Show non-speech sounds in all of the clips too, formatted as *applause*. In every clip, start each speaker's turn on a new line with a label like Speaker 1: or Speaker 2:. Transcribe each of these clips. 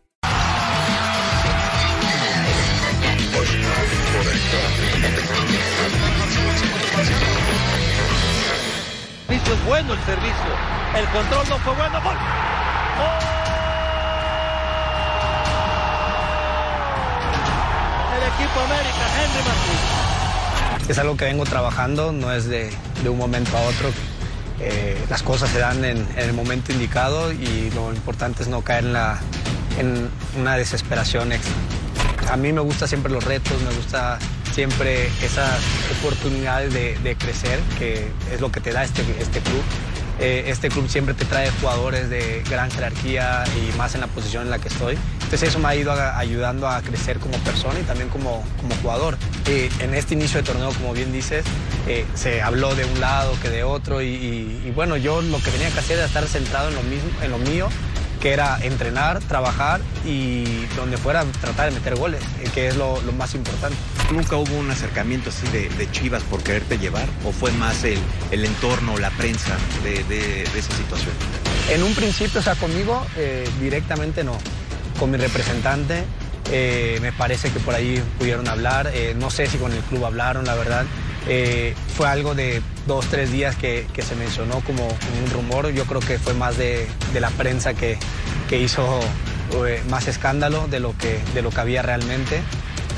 Speaker 1: El servicio es bueno, el servicio. El control no fue bueno. ¡Gol! ¡Gol! El equipo América, Henry Martín.
Speaker 2: Es algo que vengo trabajando, no es de, de un momento a otro. Eh, las cosas se dan en, en el momento indicado y lo importante es no caer en, la, en una desesperación extra. A mí me gusta siempre los retos, me gusta siempre esas oportunidades de, de crecer, que es lo que te da este, este club. Eh, este club siempre te trae jugadores de gran jerarquía y más en la posición en la que estoy. Entonces eso me ha ido a- ayudando a crecer como persona y también como, como jugador. Eh, en este inicio de torneo, como bien dices, eh, se habló de un lado que de otro y, y- y bueno, yo lo que tenía que hacer era estar centrado en lo, mismo, en lo mío, que era entrenar, trabajar y donde fuera tratar de meter goles, eh, que es lo- lo más importante.
Speaker 3: ¿Nunca hubo un acercamiento así de, de Chivas por quererte llevar? ¿O fue más el, el entorno, la prensa de, de- de esa situación?
Speaker 2: En un principio, o sea, conmigo eh, directamente no. Con mi representante eh, me parece que por ahí pudieron hablar. eh, no sé si con el club hablaron, la verdad. Eh, fue algo de dos, tres días que, que se mencionó como, como un rumor. Yo creo que fue más de, de la prensa que, que hizo eh, más escándalo de lo, que, de lo que había realmente.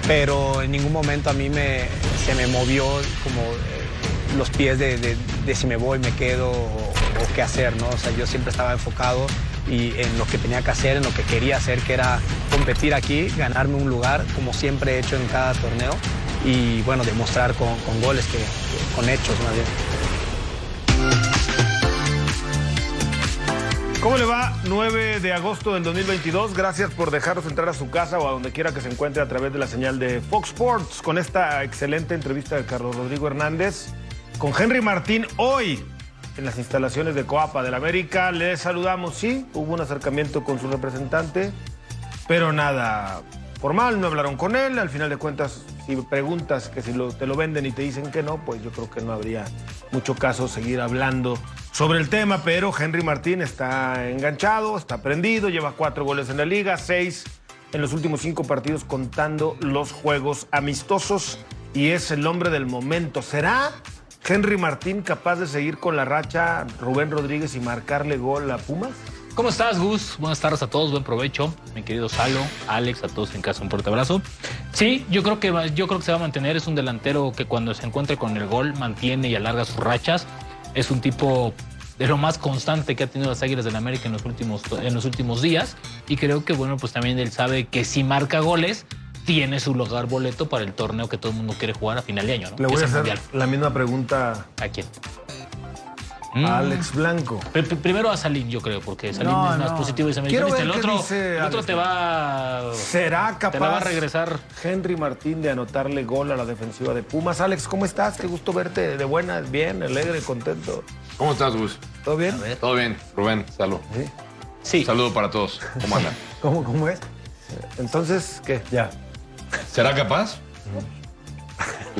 Speaker 2: Pero en ningún momento a mí me, se me movió como eh, los pies de, de- de si me voy, me quedo o, o qué hacer, ¿no? O sea, yo siempre estaba enfocado y en lo que tenía que hacer, en lo que quería hacer, que era competir aquí, ganarme un lugar, como siempre he hecho en cada torneo, y bueno, demostrar con, con goles, que, que- con hechos más bien.
Speaker 4: ¿Cómo le va? 9 de agosto del 2022. Gracias por dejarnos entrar a su casa o a donde quiera que se encuentre a través de la señal de Fox Sports con esta excelente entrevista de Carlos Rodrigo Hernández con Henry Martín hoy en las instalaciones de Coapa del América. Les saludamos, sí, hubo un acercamiento con su representante, pero nada formal, no hablaron con él. Al final de cuentas, si preguntas que si lo- te lo venden y te dicen que no, pues yo creo que no habría mucho caso seguir hablando sobre el tema. Pero Henry Martín está enganchado, está prendido, lleva cuatro goles en la liga, seis en los últimos cinco partidos contando los juegos amistosos y es el hombre del momento. ¿Será Henry Martín capaz de seguir con la racha Rubén Rodríguez y marcarle gol a Pumas?
Speaker 5: ¿Cómo estás, Gus? Buenas tardes a todos, buen provecho, mi querido Salo, Alex, a todos en casa, un fuerte abrazo. Sí, yo creo que va- yo creo que se va a mantener, es un delantero que cuando se encuentra con el gol mantiene y alarga sus rachas. Es un tipo de lo más constante que ha tenido las Águilas del América en los últimos en los últimos días y creo que bueno, pues también él sabe que si marca goles tiene su lugar boleto para el torneo que todo el mundo quiere jugar a final de año, ¿no?
Speaker 4: Le voy
Speaker 5: Que
Speaker 4: a
Speaker 5: es el
Speaker 4: hacer
Speaker 5: Mundial.
Speaker 4: la misma pregunta
Speaker 5: ¿A quién? Mm.
Speaker 4: a Alex Blanco.
Speaker 5: Pe- pe- Primero a Salín, yo creo, porque Salín
Speaker 4: No,
Speaker 5: es más
Speaker 4: no.
Speaker 5: positivo y se me
Speaker 4: Quiero ver
Speaker 5: el
Speaker 4: qué
Speaker 5: otro,
Speaker 4: dice
Speaker 5: el otro
Speaker 4: Alex.
Speaker 5: te va
Speaker 4: ¿Será capaz
Speaker 5: te la va a regresar.
Speaker 4: Henry Martín de anotarle gol a la defensiva de Pumas? Alex, ¿cómo estás? Qué gusto verte de buenas, bien, alegre, contento.
Speaker 6: ¿Cómo estás, Gus?
Speaker 4: ¿Todo bien?
Speaker 6: Todo bien, Rubén, salud.
Speaker 5: Sí.
Speaker 6: Saludo para todos. ¿Cómo
Speaker 4: *laughs*
Speaker 6: andan?
Speaker 4: ¿Cómo, ¿Cómo es? Entonces, ¿qué? Ya.
Speaker 6: ¿Será capaz?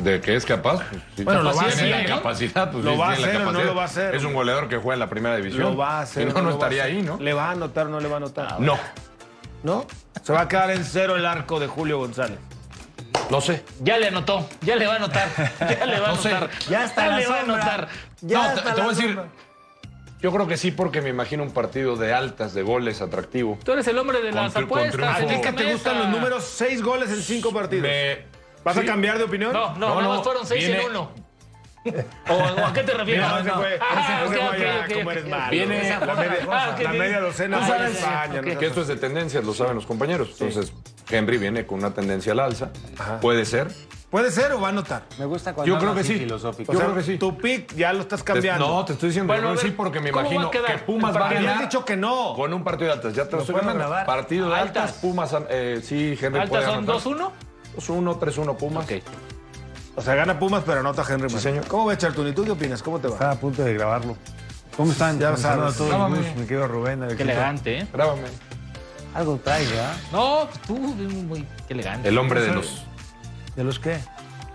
Speaker 6: ¿De qué es capaz? Pues, Si
Speaker 4: Bueno,
Speaker 5: lo va a
Speaker 6: tiene
Speaker 5: hacer,
Speaker 6: la
Speaker 5: ¿no?
Speaker 6: capacidad, pues
Speaker 4: ¿eh? Lo
Speaker 6: sí,
Speaker 4: va a
Speaker 6: tiene la
Speaker 4: hacer o no
Speaker 6: capacidad.
Speaker 4: lo va a hacer.
Speaker 6: Es un goleador que juega en la primera división.
Speaker 4: Lo va a hacer.
Speaker 6: Si no, no,
Speaker 4: lo va a
Speaker 6: estaría
Speaker 4: hacer.
Speaker 6: ahí, ¿no?
Speaker 4: ¿Le va a anotar o no le va a
Speaker 7: Ah,
Speaker 4: anotar?
Speaker 6: No,
Speaker 4: ¿No? Se va a quedar en cero el arco de Julio González.
Speaker 6: lo sé.
Speaker 5: Ya le anotó, ya le va a anotar,
Speaker 4: *laughs*
Speaker 5: ya le va a
Speaker 6: No sé.
Speaker 5: anotar.
Speaker 4: Ya está la
Speaker 5: le va a
Speaker 4: sombra.
Speaker 5: anotar.
Speaker 4: Ya
Speaker 6: no, te-
Speaker 4: está
Speaker 6: te,
Speaker 4: la
Speaker 6: voy a decir.
Speaker 4: sombra.
Speaker 6: Yo creo que sí, porque me imagino un partido de altas, de goles, atractivo.
Speaker 5: Tú eres el hombre de
Speaker 6: Con
Speaker 5: las
Speaker 6: tri- con
Speaker 5: apuestas.
Speaker 6: triunfo.
Speaker 4: ¿A ti que te
Speaker 5: mesa.
Speaker 4: gustan los números? Seis goles en cinco partidos.
Speaker 6: Me-
Speaker 4: ¿Vas a
Speaker 6: sí.
Speaker 4: cambiar de opinión?
Speaker 5: No, no,
Speaker 6: No,
Speaker 5: nada
Speaker 6: no,
Speaker 5: más fueron seis
Speaker 6: viene-
Speaker 5: en
Speaker 6: *laughs*
Speaker 5: uno. ¿O, o a qué te refieres?
Speaker 4: Mira, ese fue-
Speaker 5: Ah,
Speaker 4: ese- ese
Speaker 5: ok,
Speaker 4: fue
Speaker 5: ok,
Speaker 4: ya,
Speaker 5: ok.
Speaker 4: cómo eres malo.
Speaker 6: Viene-
Speaker 5: Esa fue
Speaker 4: La
Speaker 5: otra
Speaker 4: media-
Speaker 5: cosa.
Speaker 4: la
Speaker 5: ok, Ah,
Speaker 4: media
Speaker 5: bien.
Speaker 4: docena
Speaker 5: Tú
Speaker 4: fue de
Speaker 5: sabes-
Speaker 4: España,
Speaker 5: ok.
Speaker 4: no
Speaker 6: Que esto es de tendencias, lo saben los compañeros. Entonces, Henry viene con una tendencia al alza. Puede ser.
Speaker 4: ¿Puede ser o va a anotar?
Speaker 8: Me gusta cuando
Speaker 7: Yo
Speaker 8: hablan
Speaker 7: creo que
Speaker 8: así
Speaker 7: sí.
Speaker 8: filosófico.
Speaker 7: Yo
Speaker 4: O sea,
Speaker 7: creo que sí.
Speaker 4: Tu pick ya lo estás
Speaker 7: Te-
Speaker 4: cambiando.
Speaker 7: No, te estoy diciendo
Speaker 5: Bueno,
Speaker 7: que
Speaker 5: a
Speaker 7: sí
Speaker 5: ver,
Speaker 7: porque me
Speaker 5: ¿cómo va a
Speaker 7: imagino que
Speaker 5: quedar?
Speaker 7: Pumas va a
Speaker 4: Porque me
Speaker 7: ganar.
Speaker 4: has dicho que no.
Speaker 7: Con un partido de altas. Ya te lo estoy
Speaker 8: pueden
Speaker 7: ganando.
Speaker 8: clavar.
Speaker 7: Partido de altas.
Speaker 5: Altas.
Speaker 7: Pumas. eh, sí, Henry
Speaker 5: ¿Altas
Speaker 7: puede
Speaker 5: son
Speaker 7: anotar.
Speaker 5: 2-1?
Speaker 7: 2-1, 3-1 Pumas.
Speaker 5: Ok.
Speaker 4: O sea, gana Pumas, pero anota Henry Martín.
Speaker 7: señor.
Speaker 4: ¿Cómo ves, Chartuni? ¿Tú qué opinas? ¿Cómo te va?
Speaker 8: Estaba a punto de grabarlo. ¿Cómo están?
Speaker 4: Ya lo
Speaker 8: ¿Cómo están
Speaker 4: sabes.
Speaker 8: a todos?
Speaker 7: Grábame.
Speaker 8: Gus, Mi querido Rubén.
Speaker 5: Qué
Speaker 8: Alexito.
Speaker 5: elegante, ¿eh?
Speaker 7: Grábame.
Speaker 8: Algo trae, ¿verdad?
Speaker 5: No, pues tú, muy, qué elegante.
Speaker 6: El hombre de los.
Speaker 8: ¿De los qué?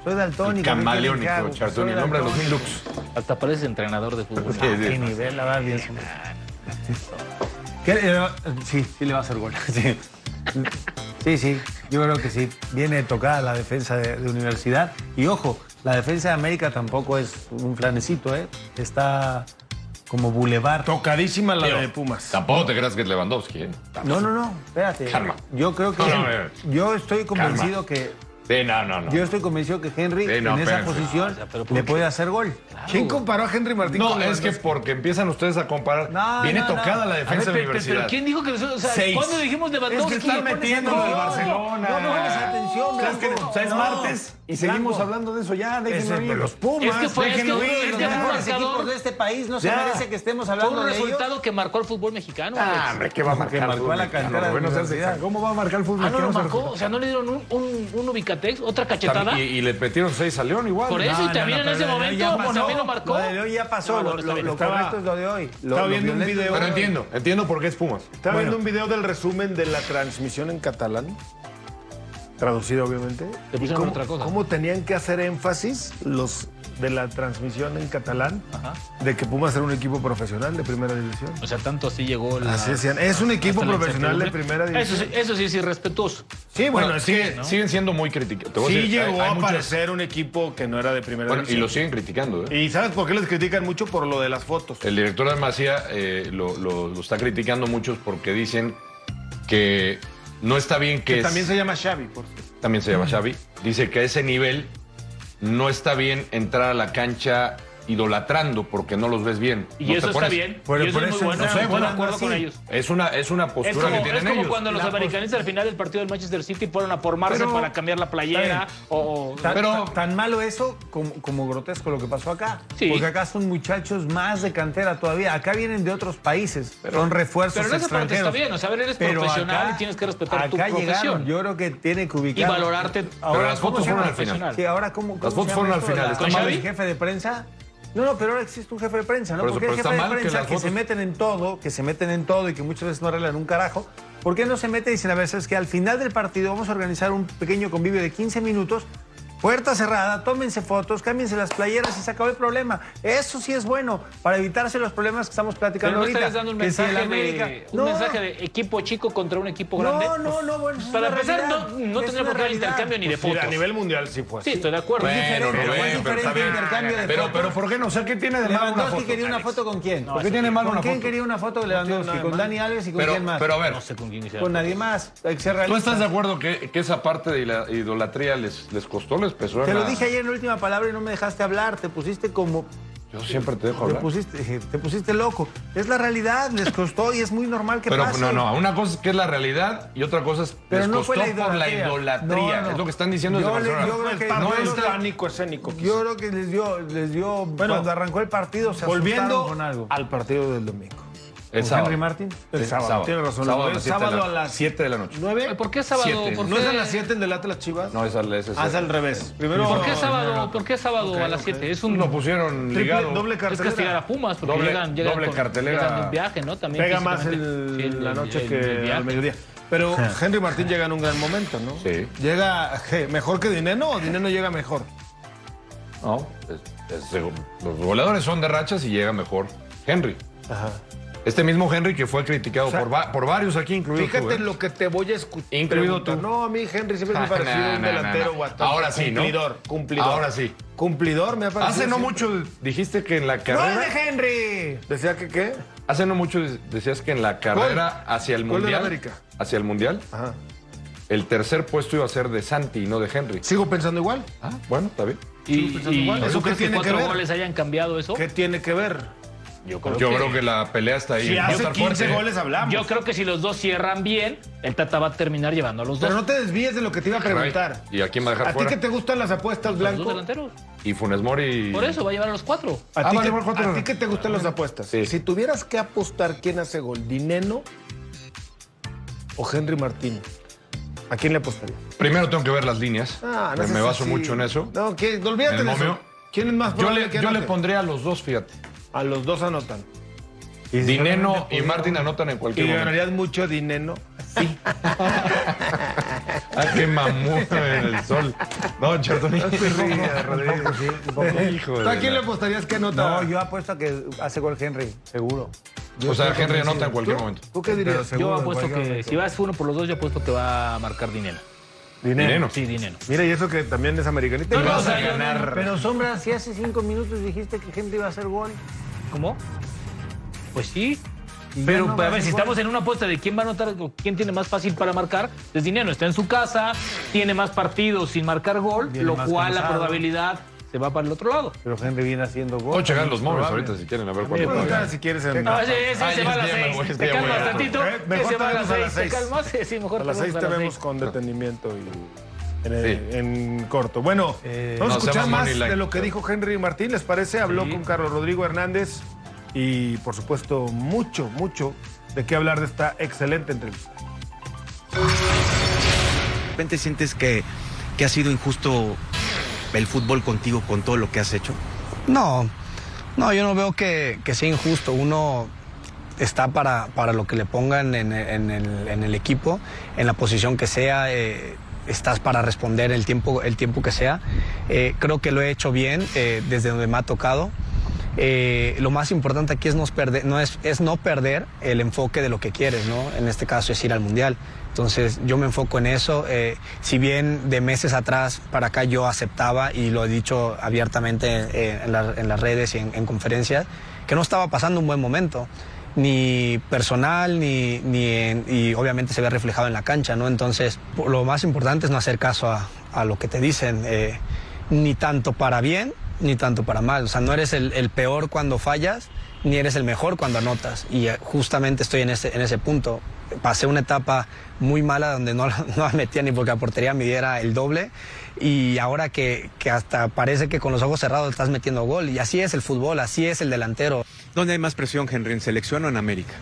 Speaker 8: Soy daltónico.
Speaker 6: El
Speaker 8: ¿qué le
Speaker 6: camaleónico,
Speaker 8: hago?
Speaker 6: Chartoni.
Speaker 8: Soy
Speaker 6: El hombre de los mil
Speaker 8: daltónico.
Speaker 6: looks.
Speaker 5: Hasta pareces entrenador de fútbol.
Speaker 6: Sí, sí.
Speaker 8: Qué nivel, la verdad, bien. ¿Qué- eh, Sí, sí le va a hacer gol. Sí. sí, sí, yo creo que sí. Viene tocada la defensa de, de universidad. Y ojo, la defensa de América tampoco es un flanecito, ¿eh? Está como bulevar.
Speaker 4: Tocadísima la de Pumas.
Speaker 6: Tampoco te creas que es Lewandowski, ¿eh?
Speaker 8: No, no, no, espérate.
Speaker 6: Calma.
Speaker 8: Yo creo que.
Speaker 6: No, no, no.
Speaker 8: Yo estoy convencido que.
Speaker 6: Sí, no, no, no.
Speaker 8: Yo estoy convencido que Henry
Speaker 6: Sí, no,
Speaker 8: en esa
Speaker 6: espérense.
Speaker 8: posición
Speaker 5: No, o sea, pero ¿por
Speaker 8: le
Speaker 5: qué?
Speaker 8: puede hacer gol.
Speaker 4: ¿Quién comparó a Henry Martín
Speaker 6: No,
Speaker 4: con
Speaker 6: es que
Speaker 4: Lewandowski?
Speaker 6: porque empiezan ustedes a comparar.
Speaker 8: No,
Speaker 6: Viene
Speaker 8: no, no.
Speaker 6: tocada la defensa
Speaker 5: A
Speaker 6: de
Speaker 5: ver,
Speaker 6: la
Speaker 5: pe- pe- pero
Speaker 6: universidad.
Speaker 5: ¿quién dijo que nosotros? O sea,
Speaker 7: Seis.
Speaker 5: ¿Cuándo dijimos
Speaker 7: Es
Speaker 5: Lewandowski?
Speaker 7: que están
Speaker 5: Le pones
Speaker 7: metiendo
Speaker 5: el
Speaker 7: al
Speaker 5: gol.
Speaker 7: Barcelona.
Speaker 8: No, no, pones atención,
Speaker 7: ¿Sabes
Speaker 8: Blanco.
Speaker 7: qué? O sea, es
Speaker 8: No.
Speaker 7: martes y seguimos
Speaker 8: Blanco.
Speaker 7: hablando de eso ya.
Speaker 8: Ese,
Speaker 7: Déjenlo ir.
Speaker 8: pero los Pumas,
Speaker 5: Es que este fue- es que-
Speaker 8: déjenlo ir,
Speaker 5: es que
Speaker 8: los
Speaker 5: fue un
Speaker 7: Ah,
Speaker 8: mejores
Speaker 5: marcador.
Speaker 8: equipos de este país no se
Speaker 7: Ya.
Speaker 8: merece que estemos
Speaker 5: Fue
Speaker 8: hablando
Speaker 5: un
Speaker 8: de ellos.
Speaker 5: resultado que marcó el fútbol mexicano.
Speaker 7: Ah,
Speaker 5: Alex.
Speaker 7: hombre, ¿qué va a marcar?
Speaker 8: marcó
Speaker 7: fútbol
Speaker 8: a la
Speaker 7: mexicano?
Speaker 8: cantera de
Speaker 7: Rubén, no seas
Speaker 8: Universidad.
Speaker 7: sexista. ¿Cómo va a marcar el fútbol?
Speaker 5: Ah, no lo
Speaker 7: mexicano?
Speaker 5: marcó. O sea, no le dieron un, un, un ubicatex, otra cachetada.
Speaker 6: Y, y le metieron seis a León igual.
Speaker 5: Por
Speaker 6: ¿no?
Speaker 5: eso, y también en
Speaker 8: pero
Speaker 5: ese
Speaker 8: lo de hoy
Speaker 5: momento,
Speaker 8: ya
Speaker 5: como
Speaker 8: pasó.
Speaker 5: también lo marcó.
Speaker 8: Lo de hoy ya pasó.
Speaker 5: No, bueno,
Speaker 8: lo
Speaker 5: está bien.
Speaker 8: lo
Speaker 4: Estaba-
Speaker 8: correcto es lo de hoy. Lo-
Speaker 4: estaba
Speaker 8: lo
Speaker 4: viendo un
Speaker 8: violento-
Speaker 4: video.
Speaker 6: Pero entiendo, entiendo por qué es Pumas.
Speaker 4: Estaba viendo un video del resumen de la transmisión en catalán, traducido obviamente.
Speaker 5: Te
Speaker 4: y
Speaker 5: pusieron
Speaker 4: cómo,
Speaker 5: otra cosa.
Speaker 4: cómo tenían que hacer énfasis los de la transmisión en catalán
Speaker 5: Ajá.
Speaker 4: de que Pumas era un equipo profesional de primera división.
Speaker 5: O sea, tanto así llegó la.
Speaker 4: Así decían, es un equipo
Speaker 5: hasta la
Speaker 4: profesional de
Speaker 5: incertidumbre.
Speaker 4: primera división.
Speaker 5: Eso sí, eso sí es irrespetuoso.
Speaker 4: Sí, bueno, es
Speaker 6: siguen,
Speaker 4: que
Speaker 6: siguen siendo muy criticados. Te voy a
Speaker 4: sí
Speaker 6: decir, hay-
Speaker 4: llegó
Speaker 6: hay
Speaker 4: a
Speaker 6: muchos-
Speaker 4: parecer un equipo que no era de primera
Speaker 6: Bueno, y
Speaker 4: división.
Speaker 6: lo siguen criticando, ¿eh?
Speaker 4: Y sabes por qué les critican mucho por lo de las fotos.
Speaker 6: El director de Masía eh, lo, lo- lo está criticando muchos porque dicen que no está bien que,
Speaker 4: que
Speaker 6: es-
Speaker 4: también se llama Xavi, por cierto.
Speaker 6: también se llama Xavi, dice que a ese nivel no está bien entrar a la cancha idolatrando porque no los ves bien.
Speaker 5: Y
Speaker 6: No te
Speaker 5: eso está
Speaker 6: pones-
Speaker 5: bien.
Speaker 8: Pero
Speaker 5: y eso
Speaker 8: por
Speaker 5: es muy
Speaker 8: eso
Speaker 5: bueno.
Speaker 8: no sé,
Speaker 5: estoy
Speaker 8: bueno,
Speaker 5: de acuerdo
Speaker 8: así.
Speaker 5: con ellos.
Speaker 6: Es una, es una postura
Speaker 5: Es como,
Speaker 6: que tienen
Speaker 5: es como
Speaker 6: ellos.
Speaker 5: cuando los americanistas al final del partido del Manchester City fueron a por Marce
Speaker 8: Pero-
Speaker 5: para cambiar la
Speaker 8: Está
Speaker 5: playera
Speaker 8: bien.
Speaker 5: o
Speaker 8: Tan,
Speaker 6: Pero-
Speaker 8: tan- tan malo eso como, como grotesco lo que pasó acá.
Speaker 5: Sí.
Speaker 8: Porque acá son muchachos más de cantera todavía. Acá vienen de otros países. son refuerzos
Speaker 5: pero en esa parte
Speaker 8: extranjeros.
Speaker 5: está bien, o sea, a ver, eres profesional y tienes que respetar tu
Speaker 8: acá llegaron.
Speaker 5: profesión.
Speaker 8: Yo creo que tiene que
Speaker 5: y
Speaker 8: ubicar.
Speaker 5: valorarte.
Speaker 6: Pero las
Speaker 8: ¿cómo
Speaker 6: fotos
Speaker 8: se
Speaker 6: fueron
Speaker 8: llama?
Speaker 6: al final.
Speaker 8: Sí, ahora cómo. cómo
Speaker 6: Las fotos
Speaker 8: se
Speaker 6: fueron
Speaker 8: llama
Speaker 6: al
Speaker 8: esto?
Speaker 6: final.
Speaker 8: La-
Speaker 6: ¿Está
Speaker 8: ¿El
Speaker 5: mal?
Speaker 8: jefe de prensa? No, no, pero ahora existe un jefe de prensa, ¿no?
Speaker 6: Por eso,
Speaker 8: Porque hay
Speaker 6: pero está
Speaker 8: jefes de
Speaker 6: mal que
Speaker 8: prensa
Speaker 6: las
Speaker 8: que, se
Speaker 6: fotos-
Speaker 8: meten en todo, que se meten en todo y que muchas veces no arreglan un carajo. ¿Por qué no se meten y dicen, a ver, sabes que al final del partido vamos a organizar un pequeño convivio de 15 minutos, puerta cerrada, tómense fotos, cámbiense las playeras y se acabó el problema? Eso sí es bueno, para evitarse los problemas que estamos
Speaker 5: Pero
Speaker 8: platicando
Speaker 5: no
Speaker 8: ahorita.
Speaker 5: estarías dando un
Speaker 8: que si el
Speaker 5: mensaje, de,
Speaker 8: América-
Speaker 5: un
Speaker 8: No.
Speaker 5: mensaje de equipo chico contra un equipo
Speaker 8: No,
Speaker 5: grande.
Speaker 8: no, no, bueno, es
Speaker 5: Para
Speaker 8: una
Speaker 5: empezar, no,
Speaker 8: realidad, es
Speaker 5: no tendría
Speaker 8: una
Speaker 5: por qué haber
Speaker 8: realidad.
Speaker 5: intercambio ni de
Speaker 4: Sí,
Speaker 5: fotos.
Speaker 4: Pues a nivel mundial sí fue así.
Speaker 5: Sí, estoy de acuerdo.
Speaker 6: Bueno,
Speaker 8: diferente,
Speaker 6: Rubén,
Speaker 8: es
Speaker 6: pero está
Speaker 8: diferente
Speaker 6: bien.
Speaker 8: intercambio de
Speaker 6: Pero,
Speaker 8: fotos.
Speaker 6: pero ¿por qué no? O sea, ¿qué tiene de malo una
Speaker 8: Lewandowski
Speaker 6: foto?
Speaker 8: quería una foto con quién?
Speaker 6: ¿Por qué tiene de malo
Speaker 8: ¿Con
Speaker 6: una
Speaker 8: quién
Speaker 6: foto?
Speaker 8: quería una foto de Lewandowski? ¿Con Dani Alves y con
Speaker 6: Pero,
Speaker 8: quién más?
Speaker 6: pero a ver,
Speaker 5: No sé con quién hicieron.
Speaker 8: Con nadie más. Hay que ser
Speaker 6: ¿tú
Speaker 8: realista.
Speaker 6: estás de acuerdo que, que esa parte de la idolatría les, les costó, les pesó? en
Speaker 8: Te lo
Speaker 6: la-
Speaker 8: dije ayer en la última palabra y no me dejaste hablar. Te pusiste como.
Speaker 6: Yo siempre te dejo
Speaker 8: Te
Speaker 6: hablar.
Speaker 8: pusiste, *laughs* te pusiste loco. Es la realidad, les costó y es muy normal que
Speaker 6: Pero
Speaker 8: pase.
Speaker 6: no,
Speaker 8: *laughs*
Speaker 6: no, una cosa es que es la realidad y otra cosa es
Speaker 8: Pero
Speaker 6: les
Speaker 8: no
Speaker 6: costó
Speaker 8: fue la
Speaker 6: por la
Speaker 8: idolatría.
Speaker 6: idolatría.
Speaker 8: No, no.
Speaker 6: Es lo que están diciendo desde
Speaker 8: Yo le-
Speaker 6: Barcelona.
Speaker 8: yo creo que-
Speaker 6: no
Speaker 8: yo
Speaker 6: es
Speaker 8: creo que-
Speaker 6: la-
Speaker 4: pánico escénico. quizá.
Speaker 8: Yo creo que les dio, les dio
Speaker 4: Bueno,
Speaker 8: cuando arrancó el partido, se
Speaker 4: Volviendo
Speaker 8: asustaron con algo.
Speaker 4: al partido del domingo.
Speaker 6: el
Speaker 8: ¿Con
Speaker 6: sábado.
Speaker 8: Henry Martin.
Speaker 4: El sábado. Tienes razón.
Speaker 6: Sábado,
Speaker 4: Luis.
Speaker 6: a las siete
Speaker 4: Sábado
Speaker 6: de la-
Speaker 4: a las
Speaker 6: 7 de la noche.
Speaker 4: ¿Nueve?
Speaker 5: ¿Por qué sábado?
Speaker 6: Siete.
Speaker 5: ¿Por
Speaker 4: ¿No
Speaker 5: qué-
Speaker 4: es a las 7 en del Atlas Chivas?
Speaker 6: No, esa es
Speaker 4: Ah, es al revés. Primero.
Speaker 5: ¿Por qué sábado, ¿por qué sábado a las 7? Es un.
Speaker 6: Lo pusieron
Speaker 4: Triple-
Speaker 6: ligado.
Speaker 4: doble
Speaker 5: Es
Speaker 4: cartelera.
Speaker 5: castigar a Pumas porque
Speaker 6: Doble-
Speaker 5: llegan, llegan
Speaker 6: doble cartelera.
Speaker 5: llegan de un viaje, ¿no? También
Speaker 4: Pega más
Speaker 5: físicamente.
Speaker 4: el-
Speaker 5: Sí,
Speaker 4: la noche
Speaker 5: el- el
Speaker 4: que
Speaker 5: viaje.
Speaker 4: al mediodía. Pero Henry Martín llega en un gran momento, ¿no?
Speaker 6: Sí.
Speaker 4: Llega ¿qué? mejor que Dineno o Dineno llega mejor.
Speaker 6: No, es- es- los voladores son de rachas y llega mejor Henry.
Speaker 4: Ajá.
Speaker 6: Este mismo Henry que fue criticado por, va- por varios aquí, incluido tú,
Speaker 4: Fíjate
Speaker 6: ¿eh?
Speaker 4: lo que te voy a escuchar.
Speaker 6: Incluido tú.
Speaker 4: No, a mí Henry siempre me ha
Speaker 6: Ah,
Speaker 4: parecido
Speaker 6: *laughs* nah,
Speaker 4: un
Speaker 6: nah,
Speaker 4: delantero
Speaker 6: nah.
Speaker 4: guatón.
Speaker 6: Ahora sí, ¿no?
Speaker 4: Cumplidor, cumplidor.
Speaker 6: Ahora sí.
Speaker 4: Cumplidor me ha parecido.
Speaker 6: Hace no
Speaker 4: siempre.
Speaker 6: mucho dijiste que en la carrera.
Speaker 8: Henry!
Speaker 4: Decía que qué.
Speaker 6: Hace no mucho decías que en la carrera hacia el
Speaker 4: Gol de la
Speaker 6: mundial.
Speaker 4: América.
Speaker 6: Hacia el mundial,
Speaker 4: Ajá.
Speaker 6: el tercer puesto iba a ser de Santi y no de Henry.
Speaker 4: Sigo pensando igual.
Speaker 6: Ah, bueno, está bien.
Speaker 5: Y, y
Speaker 4: igual.
Speaker 5: ¿tú
Speaker 4: ¿Eso qué
Speaker 5: crees que
Speaker 4: tiene que
Speaker 5: cuatro
Speaker 4: ver?
Speaker 5: goles hayan cambiado eso?
Speaker 4: ¿Qué tiene que ver?
Speaker 5: Yo
Speaker 6: creo, que... la pelea está ahí. Va a estar fuerte, ¿eh?
Speaker 5: Yo creo que si los dos cierran bien, el Tata va a terminar llevando a los dos.
Speaker 4: Pero no te desvíes de lo que te iba a preguntar.
Speaker 6: ¿Y a quién va a dejar
Speaker 4: ¿A ti
Speaker 6: fuera?
Speaker 4: que te gustan las apuestas,
Speaker 5: Los
Speaker 4: Blanco?
Speaker 5: dos delanteros.
Speaker 6: Y Funes Mori.
Speaker 5: Por eso va a llevar a los cuatro.
Speaker 4: ¿A,
Speaker 5: Ah,
Speaker 4: ti,
Speaker 5: va a
Speaker 4: que,
Speaker 5: llevar cuatro.
Speaker 4: a ti que te gustan las apuestas? Si tuvieras que apostar quién hace gol, ¿Dineno o Henry Martín? ¿A quién le apostaría?
Speaker 6: Primero tengo que ver las líneas.
Speaker 4: Ah, no
Speaker 6: Me- me
Speaker 4: seas
Speaker 6: baso
Speaker 4: así.
Speaker 6: mucho en eso.
Speaker 4: No, que olvídate
Speaker 6: ¿El
Speaker 4: de eso.
Speaker 6: momio?
Speaker 4: ¿Quién es más
Speaker 6: Yo
Speaker 4: probable
Speaker 6: le,
Speaker 4: que
Speaker 6: yo le
Speaker 4: anote?
Speaker 6: pondría a los dos, fíjate.
Speaker 4: A los dos anotan.
Speaker 6: Dineno y Martín anotan en
Speaker 4: Y
Speaker 6: cualquier momento.
Speaker 4: ganarías mucho dinero.
Speaker 6: Ah, qué mamuda en el sol. No, Chardonnay. *laughs*
Speaker 8: *laughs*
Speaker 6: Hijo
Speaker 4: ¿Tú
Speaker 6: de
Speaker 4: ¿A quién
Speaker 6: la-
Speaker 4: le apostarías que anota?
Speaker 8: No, yo apuesto a que hace gol Henry, seguro.
Speaker 6: O sea,
Speaker 8: estoy
Speaker 6: Henry anota
Speaker 8: convencido.
Speaker 6: en cualquier momento.
Speaker 4: ¿Tú qué
Speaker 8: Pero
Speaker 4: dirías?
Speaker 8: seguro,
Speaker 5: yo apuesto
Speaker 8: en
Speaker 5: que
Speaker 8: cualquier
Speaker 5: si vas uno por los dos, yo apuesto que va a marcar dinero.
Speaker 6: Dineno.
Speaker 5: Sí, dinero.
Speaker 4: Mira, y eso que también es americanista.
Speaker 5: No,
Speaker 4: Y
Speaker 5: no,
Speaker 4: vas
Speaker 5: o sea,
Speaker 4: a
Speaker 5: yo no-
Speaker 4: ganar.
Speaker 8: Pero Sombra, si hace cinco minutos dijiste que Henry iba a hacer gol.
Speaker 5: ¿Cómo? Pues sí.
Speaker 8: Y ya
Speaker 5: Pero
Speaker 8: no
Speaker 5: a
Speaker 8: va
Speaker 5: ver,
Speaker 8: a
Speaker 5: si
Speaker 8: jugar.
Speaker 5: estamos en una apuesta de quién va a anotar, o quién tiene más fácil para marcar, es dinero. Está en su casa, tiene más partidos sin marcar gol,
Speaker 8: Viene
Speaker 5: lo
Speaker 8: más
Speaker 5: cual la
Speaker 8: cansado.
Speaker 5: probabilidad se va va para el otro lado.
Speaker 8: Pero Henry viene haciendo gol.
Speaker 6: Puedo checar los móviles
Speaker 8: Probable.
Speaker 6: ahorita si quieren, a ver
Speaker 4: Voy a
Speaker 6: cuánto
Speaker 4: preguntar
Speaker 6: pagan.
Speaker 4: si quieres en-
Speaker 5: No, ese, ese
Speaker 6: Ay,
Speaker 5: Ah, se
Speaker 6: es
Speaker 5: va a las
Speaker 6: día,
Speaker 5: seis.
Speaker 6: Manuel, es
Speaker 5: te
Speaker 6: día,
Speaker 5: calmas
Speaker 6: Manuel.
Speaker 5: tantito.
Speaker 4: Eh, mejor
Speaker 5: ese va a las
Speaker 4: te vemos a las
Speaker 5: seis. Te
Speaker 4: seis.
Speaker 5: calmas, sí, mejor
Speaker 4: A las
Speaker 5: te
Speaker 4: seis
Speaker 5: vemos
Speaker 4: te
Speaker 5: a las
Speaker 4: vemos
Speaker 5: seis.
Speaker 4: con detenimiento y en,
Speaker 6: Ah. Sí.
Speaker 4: en corto. Bueno,
Speaker 8: Eh,
Speaker 4: vamos a
Speaker 6: no,
Speaker 4: escuchar
Speaker 6: se llama
Speaker 4: más
Speaker 6: Moneyline.
Speaker 4: de lo que dijo Henry Martín, ¿les parece? Habló
Speaker 5: Sí.
Speaker 4: con Carlos Rodrigo Hernández y, por supuesto, mucho, mucho de qué hablar de esta excelente entrevista.
Speaker 3: De repente sientes que, que ha sido injusto el fútbol contigo con todo lo que has hecho?
Speaker 2: No, no, yo no veo que, que sea injusto. Uno está para, para lo que le pongan en, en el, en el equipo, en la posición que sea. eh, estás para responder el tiempo, el tiempo que sea. Eh, creo que lo he hecho bien eh, desde donde me ha tocado. Eh, lo más importante aquí es, nos perder- no es, es no perder el enfoque de lo que quieres, ¿no? En este caso es ir al Mundial. Entonces yo me enfoco en eso. eh, si bien de meses atrás para acá yo aceptaba, y lo he dicho abiertamente eh, en, la- en las redes y en, en conferencias, que no estaba pasando un buen momento, ni personal, ni, ni en- y obviamente se ve reflejado en la cancha, ¿no? Entonces por- lo más importante es no hacer caso a, a lo que te dicen. eh, ni tanto para bien ni tanto para mal. O sea, no eres el, el peor cuando fallas, ni eres el mejor cuando anotas. Y eh, justamente estoy en ese, en ese punto. Pasé una etapa muy mala donde no, *laughs* la- no la metía ni porque la portería me diera el doble. Y ahora que, que hasta parece que con los ojos cerrados estás metiendo gol. Y así es el fútbol, así es el delantero.
Speaker 3: ¿Dónde hay más presión, Henry, en selección o en América?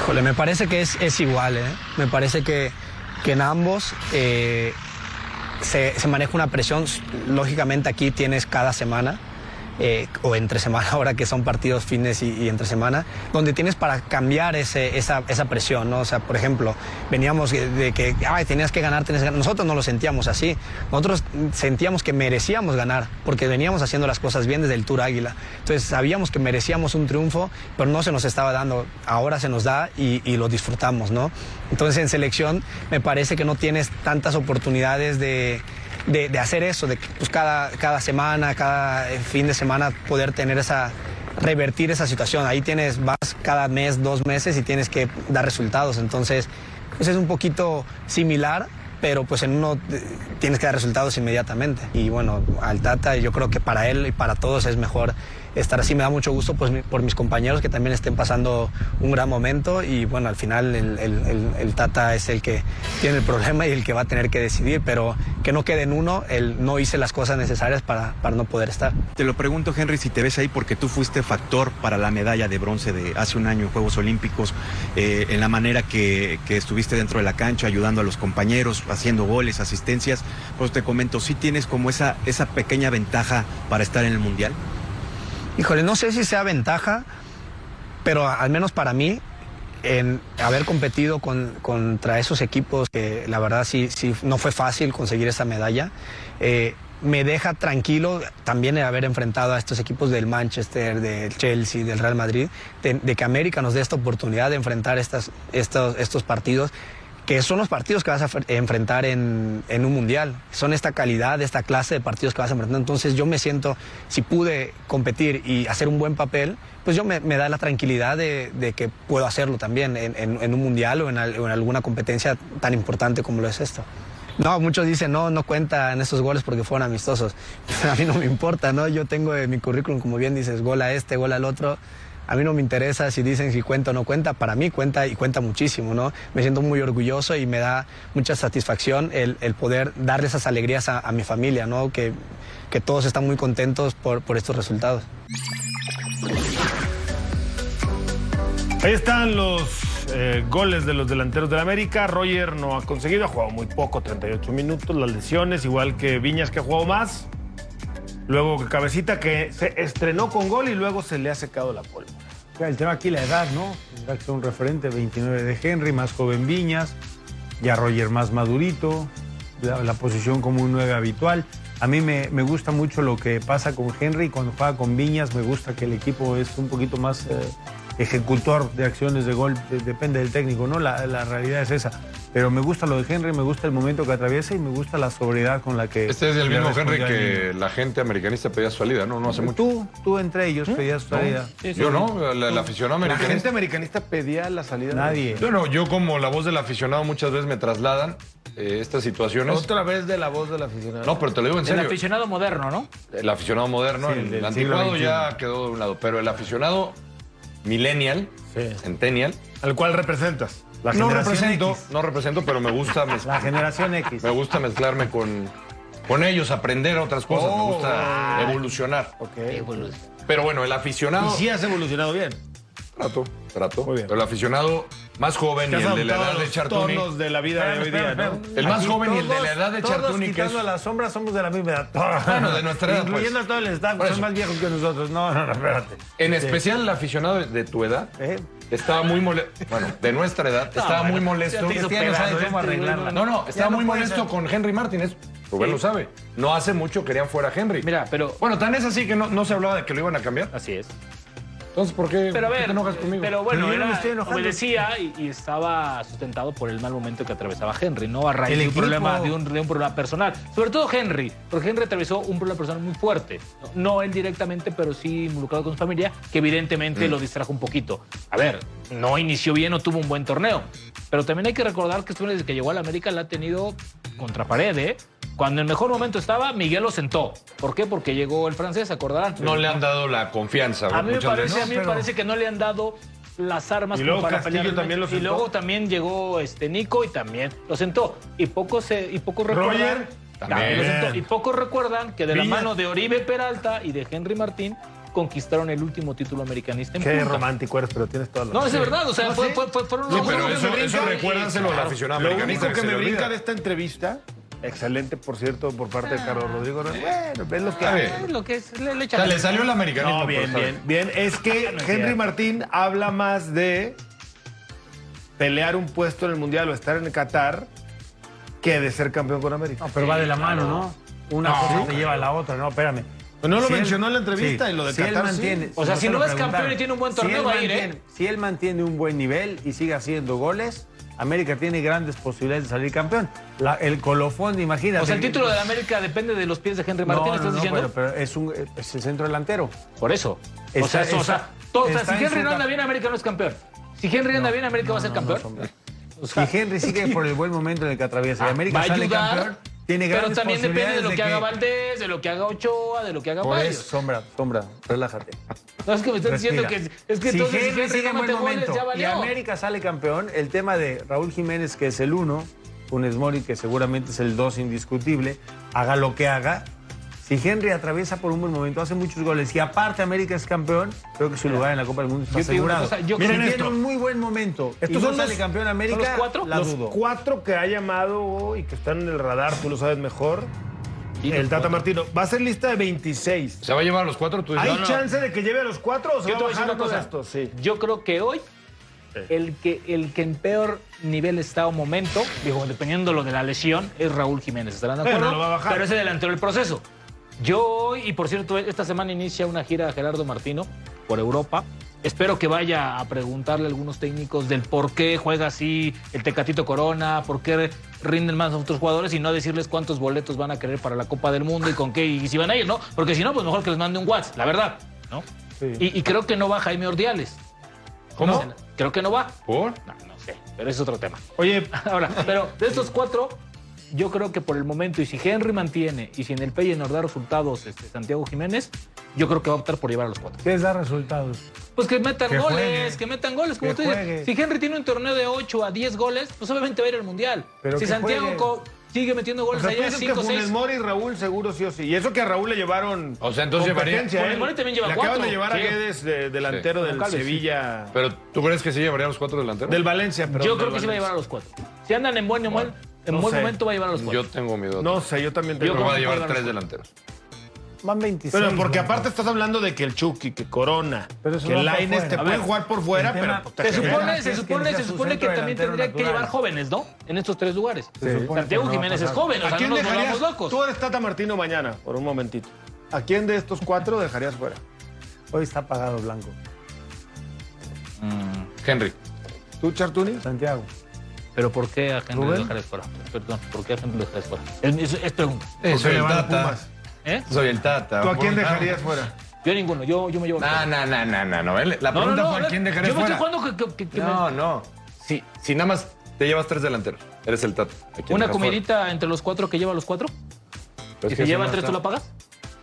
Speaker 2: Híjole, me parece que es, es igual, ¿eh? Me parece que, que en ambos eh, se, se maneja una presión. Lógicamente aquí tienes cada semana, eh, o entre semana, *laughs* ahora que son partidos fines y, y entre semana, donde tienes para cambiar ese- esa, esa presión, ¿no? O sea, por ejemplo, veníamos de, de que, ay, tenías que ganar, tenías que ganar. Nosotros no lo sentíamos así. Nosotros sentíamos que merecíamos ganar, porque veníamos haciendo las cosas bien desde el Tour Águila. Entonces sabíamos que merecíamos un triunfo, pero no se nos estaba dando. Ahora se nos da y, y lo disfrutamos, ¿no? Entonces en selección me parece que no tienes tantas oportunidades de, de- de hacer eso, de que, pues, cada, cada semana, cada eh, fin de semana poder tener esa revertir esa situación. Ahí tienes, vas cada mes, dos meses y tienes que dar resultados. Entonces, pues es un poquito similar, pero pues en uno eh, tienes que dar resultados inmediatamente. Y bueno, al Tata yo creo que para él y para todos es mejor estar así. Me da mucho gusto pues, mi- por mis compañeros que también estén pasando un gran momento y bueno, al final el, el- el- el Tata es el que tiene el problema y el que va a tener que decidir, pero que no quede en uno, el no hice las cosas necesarias para, para no poder estar.
Speaker 3: Te lo pregunto, Henry, si te ves ahí porque tú fuiste factor para la medalla de bronce de hace un año en Juegos Olímpicos, eh, en la manera que, que estuviste dentro de la cancha, ayudando a los compañeros, haciendo goles, asistencias. Pues te comento, ¿sí tienes como esa, esa pequeña ventaja para estar en el Mundial?
Speaker 2: Híjole, no sé si sea ventaja, pero a- al menos para mí, en haber competido con- contra esos equipos, que la verdad sí, sí no fue fácil conseguir esa medalla, eh, me deja tranquilo también el haber enfrentado a estos equipos del Manchester, del Chelsea, del Real Madrid, de, de que América nos dé esta oportunidad de enfrentar estas, estos, estos partidos que son los partidos que vas a fer- enfrentar en, en un mundial. Son esta calidad, esta clase de partidos que vas a enfrentar. Entonces yo me siento, si pude competir y hacer un buen papel, pues yo me, me da la tranquilidad de, de que puedo hacerlo también en, en- en un mundial o en, al- o en alguna competencia tan importante como lo es esto. No, muchos dicen, no, no cuentan esos goles porque fueron *laughs* amistosos. A mí no me importa, ¿no? Yo tengo en mi currículum, como bien dices, gol a este, gol al otro. A mí no me interesa si dicen si cuenta o no cuenta, para mí cuenta y cuenta muchísimo, ¿no? Me siento muy orgulloso y me da mucha satisfacción el, el poder darle esas alegrías a, a mi familia, ¿no? Que, que todos están muy contentos por, por estos resultados.
Speaker 4: Ahí están los eh, goles de los delanteros del América. Roger no ha conseguido, ha jugado muy poco, 38 minutos, las lesiones, igual que Viñas que ha jugado más. Luego que Cabecita que se estrenó con gol y luego se le ha secado la polvo.
Speaker 8: El tema aquí la edad, ¿no? Tendrá que ser un referente, 29 de Henry, más joven Viñas, ya Roger más madurito, la, la posición como un 9 habitual. A mí me, me gusta mucho lo que pasa con Henry, cuando juega con Viñas me gusta que el equipo es un poquito más eh, ejecutor de acciones de gol, de- depende del técnico, ¿no? La, la realidad es esa. Pero me gusta lo de Henry, me gusta el momento que atraviesa y me gusta la sobriedad con la que...
Speaker 6: Este es el
Speaker 8: le
Speaker 6: mismo
Speaker 8: respondió
Speaker 6: Henry
Speaker 8: al niño.
Speaker 6: que la gente americanista pedía su salida, ¿no? No hace mucho.
Speaker 8: Tú, tú entre ellos pedías tu salida.
Speaker 6: Yo no, la- la aficionado
Speaker 4: La
Speaker 6: americanista.
Speaker 4: gente americanista pedía la salida. de-
Speaker 8: Nadie.
Speaker 6: Yo no, yo como la voz del aficionado muchas veces me trasladan eh, estas situaciones.
Speaker 7: Otra vez de la voz del aficionado.
Speaker 6: No, pero te lo digo en
Speaker 5: El
Speaker 6: serio.
Speaker 5: aficionado moderno, ¿no?
Speaker 6: El aficionado moderno,
Speaker 8: Sí, el
Speaker 6: el,
Speaker 8: del siglo
Speaker 6: anticuado
Speaker 8: XXI.
Speaker 6: ya quedó de un lado, pero el aficionado millennial, centennial,
Speaker 4: Al cual representas. La
Speaker 8: No
Speaker 4: generación
Speaker 8: represento.
Speaker 4: X.
Speaker 6: no represento, pero me gusta, mez-
Speaker 8: La generación X.
Speaker 6: me gusta mezclarme con, con ellos, aprender otras cosas,
Speaker 4: Oh,
Speaker 6: me gusta
Speaker 8: Oh.
Speaker 6: evolucionar. Pero bueno, el aficionado...
Speaker 4: Y sí has evolucionado bien.
Speaker 6: Trato, trato.
Speaker 4: Muy bien.
Speaker 6: Pero el aficionado más joven y
Speaker 4: Te has
Speaker 6: el de la
Speaker 4: adaptado a
Speaker 6: edad de
Speaker 4: los
Speaker 6: Chartuni.
Speaker 4: tonos de la vida de hoy día, ¿no?
Speaker 6: El más
Speaker 8: Aquí
Speaker 6: joven y el de
Speaker 8: todos-
Speaker 6: la edad de
Speaker 8: Todos
Speaker 6: Chartuni, que es
Speaker 8: quitando las sombras somos de la misma edad. Todos.
Speaker 6: Bueno, de nuestra edad,
Speaker 8: Incluyendo
Speaker 6: pues.
Speaker 8: a todo el staff,
Speaker 6: Por
Speaker 8: son
Speaker 6: eso.
Speaker 8: más viejos que nosotros. No, no, no, espérate.
Speaker 6: En especial el aficionado de tu edad
Speaker 8: ¿Eh?
Speaker 6: estaba muy molesto. Bueno, de nuestra edad, estaba muy molesto.
Speaker 8: ya te hizo Cristiano sabe pedazo cómo este, arreglarla. güey, no,
Speaker 6: No, no, estaba
Speaker 8: Ya no
Speaker 6: muy
Speaker 8: puede
Speaker 6: molesto
Speaker 8: ser.
Speaker 6: con Henry Martínez. Rubén lo sabe. No hace mucho querían fuera a Henry.
Speaker 5: Mira, pero-
Speaker 6: Bueno, tan es así que no, no se hablaba de que lo iban a cambiar.
Speaker 5: Así es.
Speaker 6: Entonces, ¿por qué,
Speaker 5: Pero
Speaker 6: por
Speaker 5: a
Speaker 6: qué
Speaker 5: ver,
Speaker 6: te enojas conmigo?
Speaker 5: pero
Speaker 8: Pero
Speaker 5: bueno,
Speaker 8: yo no
Speaker 5: era-
Speaker 8: me estoy enojando.
Speaker 5: obedecía y, y estaba sustentado por el mal momento que atravesaba Henry, no a raíz
Speaker 8: El
Speaker 5: de un,
Speaker 8: equipo.
Speaker 5: problema, de, un, de un problema personal. Sobre todo Henry, porque Henry atravesó un problema personal muy fuerte. No, no él directamente, pero sí involucrado con su familia, que
Speaker 8: Mm.
Speaker 5: evidentemente lo distrajo un poquito. A ver, no inició bien, no tuvo un buen torneo. Pero también hay que recordar que Stuart desde que llegó a la América la ha tenido contra pared, ¿eh? Cuando en el mejor momento estaba, Miguel lo sentó. ¿Por qué? Porque llegó el francés, acordarán.
Speaker 6: no le han dado la confianza.
Speaker 5: A mí me
Speaker 6: muchas
Speaker 5: parece,
Speaker 6: veces.
Speaker 5: a mí me parece que no le han dado las armas
Speaker 4: Y luego
Speaker 5: como para
Speaker 4: Castillo
Speaker 5: pelear.
Speaker 4: también lo
Speaker 5: y
Speaker 4: sentó.
Speaker 5: luego también llegó este Nico y también lo sentó. Y poco se y poco recuerdan.
Speaker 4: Roger,
Speaker 5: también lo
Speaker 4: también.
Speaker 5: sentó. Y poco recuerdan que de la
Speaker 4: Villa.
Speaker 5: mano de Oribe Peralta y de Henry Martín conquistaron el último título americanista en
Speaker 4: Qué
Speaker 5: punta.
Speaker 4: romántico eres, pero tienes toda la
Speaker 5: No, es de verdad, o sea, fue, fue- fue- fueron
Speaker 6: Sí,
Speaker 5: los
Speaker 6: pero
Speaker 5: únicos que
Speaker 6: eso,
Speaker 5: me
Speaker 6: eso
Speaker 5: brincan.
Speaker 6: recuérdaselo al aficionado
Speaker 4: Lo
Speaker 6: americanista.
Speaker 4: único que
Speaker 6: se
Speaker 4: me
Speaker 6: le
Speaker 4: brinca
Speaker 6: olvida.
Speaker 4: de esta entrevista, excelente por cierto por parte de Carlos Rodrigo, ¿no? bueno, es lo que...
Speaker 6: Está bien.
Speaker 5: Es Lo que es, le, le
Speaker 6: O
Speaker 5: echan-
Speaker 6: sea, le salió el americanismo.
Speaker 4: No, bien,
Speaker 6: pero está
Speaker 4: bien, bien. Es que
Speaker 5: No es
Speaker 4: Henry
Speaker 5: cierto.
Speaker 4: Martín habla más de pelear un puesto en el Mundial o estar en Qatar que de ser campeón con América.
Speaker 8: No, pero va de la mano, ¿no? Una cosa te lleva a la otra, no, espérame.
Speaker 4: Pero no lo
Speaker 8: Si él-
Speaker 4: mencionó en la entrevista
Speaker 8: sí,
Speaker 4: y lo de
Speaker 8: si él
Speaker 4: Qatar, sí.
Speaker 8: mantiene-
Speaker 5: O sea, si
Speaker 8: te
Speaker 5: no
Speaker 8: lo
Speaker 5: es campeón
Speaker 8: preguntaron.
Speaker 5: y tiene un buen
Speaker 8: Si él
Speaker 5: torneo, va a ir,
Speaker 8: mantiene-
Speaker 5: ¿eh?
Speaker 8: Si él mantiene un buen nivel y sigue haciendo goles, América tiene grandes posibilidades de salir campeón. La- el colofón, imagínate.
Speaker 5: O sea, el título de la América depende de los pies de Henry
Speaker 8: No,
Speaker 5: Martín,
Speaker 8: no,
Speaker 5: ¿estás
Speaker 8: no,
Speaker 5: diciendo?
Speaker 8: pero- pero es, un, es el centro delantero.
Speaker 5: Por eso. o
Speaker 8: Está-
Speaker 5: sea, eso, o sea,
Speaker 8: está-
Speaker 5: todo- o sea,
Speaker 8: está
Speaker 5: si
Speaker 8: en
Speaker 5: Henry
Speaker 8: su
Speaker 5: no anda
Speaker 8: cap-
Speaker 5: bien, América no es campeón. Si Henry anda bien, América va a ser campeón. O sea, Ah,
Speaker 8: Si Henry sigue por el buen momento en el que atraviesa. y América
Speaker 5: va a
Speaker 8: sale
Speaker 5: ayudar,
Speaker 8: campeón, tiene
Speaker 5: pero
Speaker 8: grandes
Speaker 5: también depende de
Speaker 8: posibilidades
Speaker 5: lo que,
Speaker 8: que
Speaker 5: haga Valdés, de lo que haga Ochoa, de lo que haga
Speaker 8: Por
Speaker 5: varios.
Speaker 8: eso, sombra, sombra, relájate.
Speaker 5: No *laughs* es que me estás diciendo que
Speaker 8: Respira.
Speaker 5: es que
Speaker 8: si
Speaker 5: entonces si
Speaker 8: Henry
Speaker 5: Henry
Speaker 8: sigue
Speaker 5: no
Speaker 8: en buen
Speaker 5: mete goles,
Speaker 8: momento
Speaker 5: ya
Speaker 8: y
Speaker 5: valió.
Speaker 8: América sale campeón, el tema de Raúl Jiménez, que es el uno, Funes Mori, que seguramente es el dos indiscutible, haga lo que haga. Si Henry atraviesa por un buen momento, hace muchos goles y aparte América es campeón, creo que su lugar en la Copa del Mundo está
Speaker 5: Yo te digo una
Speaker 8: asegurado.
Speaker 5: cosa, yo-
Speaker 8: si
Speaker 5: Miren
Speaker 8: tiene
Speaker 5: esto.
Speaker 8: un muy buen momento
Speaker 4: Estos
Speaker 8: y no
Speaker 4: son los-
Speaker 8: sale campeón América,
Speaker 5: ¿son los cuatro?
Speaker 8: la
Speaker 4: Los
Speaker 8: dudo.
Speaker 4: cuatro que ha llamado y que están en el radar, tú lo sabes mejor,
Speaker 5: Sí,
Speaker 4: el
Speaker 5: los
Speaker 4: Tata
Speaker 5: cuatro.
Speaker 4: Martino. Va a ser lista de 26.
Speaker 6: bien. ¿Se va a llevar a los cuatro? Tú dices,
Speaker 4: ¿Hay
Speaker 6: no, no.
Speaker 4: chance de que lleve a los cuatro o se
Speaker 5: Yo
Speaker 4: va
Speaker 5: te
Speaker 4: a
Speaker 5: voy a decir
Speaker 4: bajar
Speaker 5: una
Speaker 4: uno de
Speaker 5: cosa.
Speaker 4: estos? Sí.
Speaker 5: Yo creo que hoy el que, el que en peor nivel está o momento, digo, dependiendo lo de la lesión, es Raúl Jiménez. ¿Estarán de
Speaker 4: Pero
Speaker 5: acuerdo?
Speaker 4: lo va a bajar.
Speaker 5: Pero ese adelantó el proceso. Yo hoy, y por cierto, esta semana inicia una gira de Gerardo Martino por Europa. Espero que vaya a preguntarle a algunos técnicos del por qué juega así el Tecatito Corona, por qué rinden más otros jugadores y no decirles cuántos boletos van a querer para la Copa del Mundo y con qué y si van a ir, ¿no? Porque si no, pues mejor que les mande un WhatsApp, la verdad, ¿no? Y, y creo que no va Jaime Ordiales.
Speaker 6: ¿Cómo?
Speaker 5: No sé, creo que no va.
Speaker 6: ¿Por?
Speaker 5: *laughs* No, no sé, pero es otro tema.
Speaker 4: Oye,
Speaker 5: Ahora, pero de estos cuatro, yo creo que por el momento, y si Henry mantiene, y si en el Pelle nos da resultados este, Santiago Jiménez, yo creo que va a optar por llevar a los cuatro.
Speaker 8: ¿Qué es dar resultados?
Speaker 5: Pues que metan
Speaker 8: Que
Speaker 5: goles,
Speaker 8: juegue.
Speaker 5: que metan goles, como
Speaker 8: Que
Speaker 5: tú dices.
Speaker 8: juegue.
Speaker 5: Si Henry tiene un torneo de 8 a 10 goles, pues obviamente va a ir al Mundial.
Speaker 4: Pero
Speaker 5: si
Speaker 4: que
Speaker 5: Santiago
Speaker 4: juegue.
Speaker 5: co- sigue metiendo
Speaker 4: O
Speaker 5: goles
Speaker 4: sea, tú
Speaker 5: allá,
Speaker 4: dices que
Speaker 5: 5
Speaker 4: Funes
Speaker 5: 6.
Speaker 4: Mori y Raúl seguro sí o sí. Y eso que a Raúl le llevaron.
Speaker 6: O sea, entonces llevaría-
Speaker 4: competencia,
Speaker 6: Funes
Speaker 4: ¿eh?
Speaker 6: Mori también lleva
Speaker 4: le
Speaker 6: cuatro,
Speaker 4: acaban de llevar
Speaker 6: sí.
Speaker 4: a Guedes, de- delantero
Speaker 6: Sí.
Speaker 4: del
Speaker 6: Calves, sí.
Speaker 4: Sevilla.
Speaker 6: Pero ¿tú crees que sí llevarían los cuatro delanteros?
Speaker 4: Del Valencia, pero.
Speaker 5: Yo creo que sí va a llevar a los cuatro. Si andan en buen, en buen- en
Speaker 4: no
Speaker 5: buen
Speaker 4: sé.
Speaker 5: momento, va a llevar a los cuatro.
Speaker 6: Yo tengo miedo.
Speaker 4: No sé, yo también
Speaker 6: Yo
Speaker 4: tengo.
Speaker 6: creo que va a
Speaker 4: Van
Speaker 6: llevar
Speaker 4: los
Speaker 6: tres
Speaker 4: cuatro.
Speaker 6: delanteros.
Speaker 8: Van 26.
Speaker 4: Pero porque
Speaker 8: güey.
Speaker 4: aparte estás hablando de que el Chucky, que Corona,
Speaker 8: Pero eso
Speaker 4: que
Speaker 8: va por
Speaker 4: Lainez
Speaker 8: fuera.
Speaker 4: te
Speaker 8: A
Speaker 4: pueden
Speaker 8: ver,
Speaker 4: jugar por fuera,
Speaker 8: el tema-
Speaker 4: pero.
Speaker 5: Se
Speaker 8: Pero
Speaker 5: supone,
Speaker 8: mira,
Speaker 5: se
Speaker 8: es que
Speaker 5: supone,
Speaker 8: sea
Speaker 5: se
Speaker 8: su
Speaker 5: supone que
Speaker 8: centro
Speaker 5: también
Speaker 8: delantero
Speaker 5: tendría que
Speaker 8: natural.
Speaker 5: llevar jóvenes, ¿no? En estos tres lugares.
Speaker 8: supone
Speaker 5: Santiago
Speaker 8: que no va a
Speaker 5: Jiménez es
Speaker 8: pasar.
Speaker 5: joven, o
Speaker 4: ¿A
Speaker 5: sea, no
Speaker 4: quién
Speaker 5: nos
Speaker 4: dejarías?
Speaker 5: volvamos locos.
Speaker 4: Tú eres Tata Martino mañana, por un momentito. ¿A quién de estos cuatro dejarías fuera?
Speaker 8: Hoy está apagado Blanco.
Speaker 6: Henry.
Speaker 4: ¿Tú, Chartuni?
Speaker 8: Santiago.
Speaker 5: ¿Pero por qué a Henry lo
Speaker 8: ¿Rubén?
Speaker 5: dejarías fuera? Perdón, ¿por qué a Henry lo dejarías fuera? Es, es- es pregunta.
Speaker 6: soy el
Speaker 8: van
Speaker 6: Tata.
Speaker 8: Pumas.
Speaker 5: ¿Eh?
Speaker 6: Soy el Tata.
Speaker 4: ¿Tú a quién dejarías fuera?
Speaker 5: Yo ninguno, yo, yo me llevo.
Speaker 6: No, no, no, no, no, no. La pregunta
Speaker 5: no, no, no,
Speaker 6: fue
Speaker 5: a
Speaker 6: a
Speaker 5: ver,
Speaker 6: quién dejarías
Speaker 5: Yo me
Speaker 6: fuera.
Speaker 5: estoy jugando que, que- que me-
Speaker 6: No, no. Si, si nada más te llevas tres delanteros, eres el Tata. ¿A quién
Speaker 5: una
Speaker 6: dejas
Speaker 5: comidita entre los cuatro que lleva los cuatro.
Speaker 6: fuera? Pero
Speaker 5: y
Speaker 6: es
Speaker 5: si
Speaker 6: eso
Speaker 5: lleva
Speaker 6: no
Speaker 5: tres,
Speaker 6: está-
Speaker 5: ¿tú la pagas?